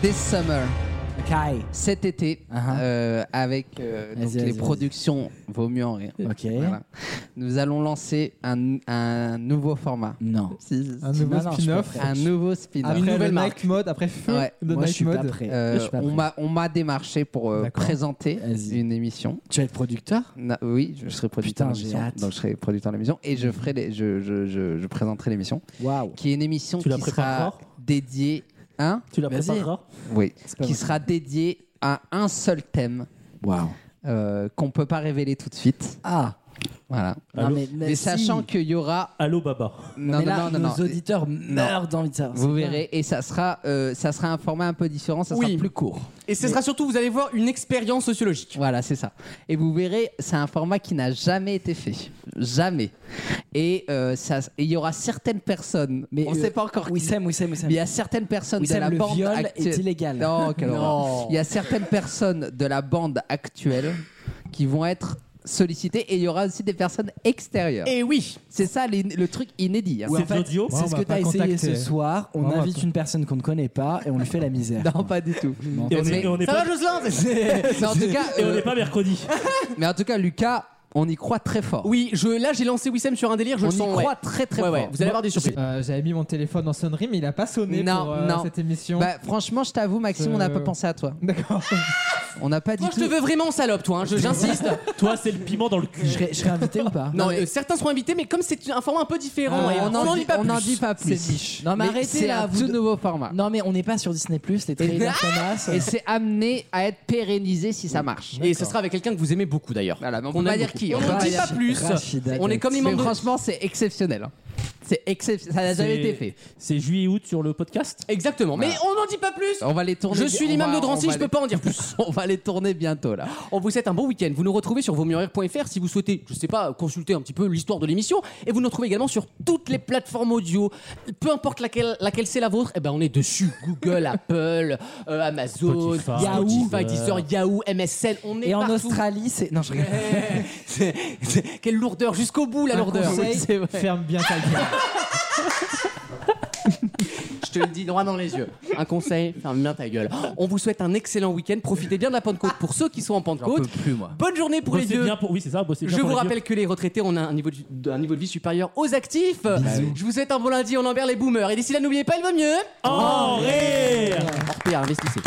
S2: this summer,
S4: Ok.
S2: cet été,
S4: Uh-huh.
S2: euh, avec euh,
S4: Vas-y,
S2: donc
S4: vas-y,
S2: les
S4: vas-y.
S2: productions Vaut mieux en rire.
S4: Ok.
S2: Voilà. Nous allons lancer un, un nouveau format.
S4: Non.
S2: Si, si, si.
S4: Non,
S9: Un
S4: non,
S9: nouveau
S4: je suis
S9: spin-off.
S4: pas prêt.
S2: Un nouveau spin-off.
S9: Après
S3: Une
S9: le
S3: nouvelle marque.
S9: night mode, après feu
S2: Ouais.
S9: le
S4: Moi, je
S9: night
S4: suis pas
S9: mode.
S4: prêt.
S2: Euh,
S4: Je suis pas
S2: on
S4: prêt.
S2: m'a on m'a démarché pour euh,
S9: D'accord.
S2: présenter
S4: Vas-y.
S2: une émission.
S4: Tu vas être producteur
S2: Na- oui, je serai producteur
S4: Putain,
S2: de
S4: j'ai
S2: l'émission.
S4: hâte.
S2: Donc je serai producteur de l'émission et je ferai les, je, je, je, je présenterai l'émission
S4: Waouh.
S2: qui est une émission
S5: Tu la
S2: qui
S5: prépares
S2: sera
S5: fort
S2: dédiée Hein
S5: Tu la prépareras
S2: Oui.
S5: pas
S2: Qui
S5: mal.
S2: sera dédié à un seul thème.
S5: Waouh.
S2: Euh, qu'on peut pas révéler tout de suite. Ah. Voilà.
S4: Non, mais- mais si.
S2: sachant qu'il y aura.
S5: Allô Baba.
S2: Non,
S4: mais
S2: non,
S4: là,
S2: non, non,
S4: nos
S2: non.
S4: auditeurs meurent d'envie de savoir.
S2: Vous
S4: C'est
S2: verrez, et ça sera, euh, ça sera un format un peu différent, ça
S3: Oui.
S2: sera plus court.
S3: Et ce sera surtout, vous allez voir, une expérience sociologique.
S2: Voilà, c'est ça. Et vous verrez, c'est un format qui n'a jamais été fait. Jamais. Et euh, ça- et il y aura certaines personnes, mais on ne
S4: euh,
S2: sait pas encore qui.
S4: Wissem, Wissem, Wissem.
S2: Mais il y a certaines personnes de
S4: Wissem,
S2: la
S4: le
S2: bande
S4: viol
S2: actuelle-
S4: est illégal.
S2: Non, quelle
S4: Non.
S2: horreur. Il y a certaines personnes de la bande actuelle qui vont être sollicitées et il y aura aussi des personnes extérieures.
S3: Et oui,
S2: c'est ça les- le truc inédit. hein.
S4: Ou en fait, C'est ce que tu as essayé ce soir. On
S2: Ouais, on va
S4: invite une personne qu'on ne connaît pas et on lui fait la misère.
S2: Non, pas du tout.
S5: Et on est- et on est
S3: Ça va,
S5: pas-
S3: Jocelyn
S2: Mais en tout cas,
S5: Et on
S2: euh,
S5: n'est pas mercredi.
S2: mais en tout cas, Lucas, on y croit très fort.
S3: Oui, je, là, j'ai lancé Wissem sur un délire, je
S2: on
S3: le sens.
S2: y
S3: ouais.
S2: croit très très
S3: Ouais,
S2: fort.
S3: ouais, vous allez avoir des surprises.
S9: Euh, J'avais mis mon téléphone en sonnerie, mais il a pas sonné
S2: Non,
S9: pour euh,
S2: non.
S9: cette émission.
S2: Bah, franchement, je t'avoue, Maxime, on n'a
S9: Euh,
S2: pas pensé à toi.
S9: D'accord.
S2: On n'a pas dit
S3: Moi, je te veux vraiment salope, toi, hein, je- j'insiste.
S5: Toi, c'est le piment dans le
S4: Je
S5: cul.
S4: serais, je serais invité ou pas
S3: non, euh, certains seront invités, mais comme c'est un format un peu différent, et
S2: Ah, on n'en dit,
S3: pas
S2: on
S3: plus.
S2: en dit pas plus.
S4: Non, mais arrêtez,
S2: c'est
S4: là,
S2: un
S4: vous
S2: tout
S4: deux.
S2: nouveau format.
S4: Non, mais on n'est pas sur Disney, les trailers commencent.
S2: Et c'est amené à être pérennisé si ça marche.
S3: Et ce sera avec quelqu'un que vous aimez beaucoup d'ailleurs.
S2: Voilà, mais on
S3: Qu'on
S2: peut pas
S3: aime
S2: dire
S3: beaucoup.
S2: qui.
S3: On
S2: peut
S3: n'en dit pas
S2: dire-
S3: plus.
S4: Rachida
S3: On est
S4: Dati.
S3: comme les
S2: Mais
S3: membres. de-
S2: franchement, c'est exceptionnel. hein. C'est excep- Ça n'a jamais été fait.
S5: C'est juillet-août sur le podcast
S3: Exactement. Mais on n'en dit pas plus.
S2: On va les tourner.
S3: Je suis l'imam de Drancy, je peux pas en dire plus.
S2: plus. On va les tourner bientôt là.
S3: On vous souhaite un bon week-end. Vous nous retrouvez sur vosmurires.fr si vous souhaitez, je sais pas, consulter un petit peu l'histoire de l'émission. Et vous nous retrouvez également sur toutes les plateformes audio. Peu importe laquelle, laquelle c'est la vôtre, eh ben on est dessus. Google, Apple, euh, Amazon,
S5: Spotify,
S3: Yahoo,
S5: Spotify.
S3: Deezer, Yahoo, MSN. On est
S4: Et en
S3: partout.
S4: Australie, c'est. Non, je rigole.
S3: Eh, c'est- c'est- Quelle lourdeur jusqu'au bout la
S9: Un
S3: lourdeur.
S9: conseil,
S3: Oui, c'est vrai.
S9: ferme bien ta gueule.
S3: Je te le dis droit dans les yeux. Un conseil, ferme bien ta gueule. On vous souhaite un excellent week-end. Profitez bien de la Pentecôte pour ceux qui sont en Pentecôte.
S2: plus moi.
S3: Bonne journée pour les
S5: Bossez
S3: vieux.
S5: bien pour. Oui, c'est ça, bossez bien
S3: Je
S5: pour
S3: vous
S5: les
S3: rappelle que les retraités ont un niveau de, un niveau de vie supérieur aux actifs.
S5: Bah
S3: Je vous souhaite un bon lundi, on envers les boomers. Et d'ici là, n'oubliez pas, il vaut mieux.
S5: vieux. En rire
S3: RPA, investissez.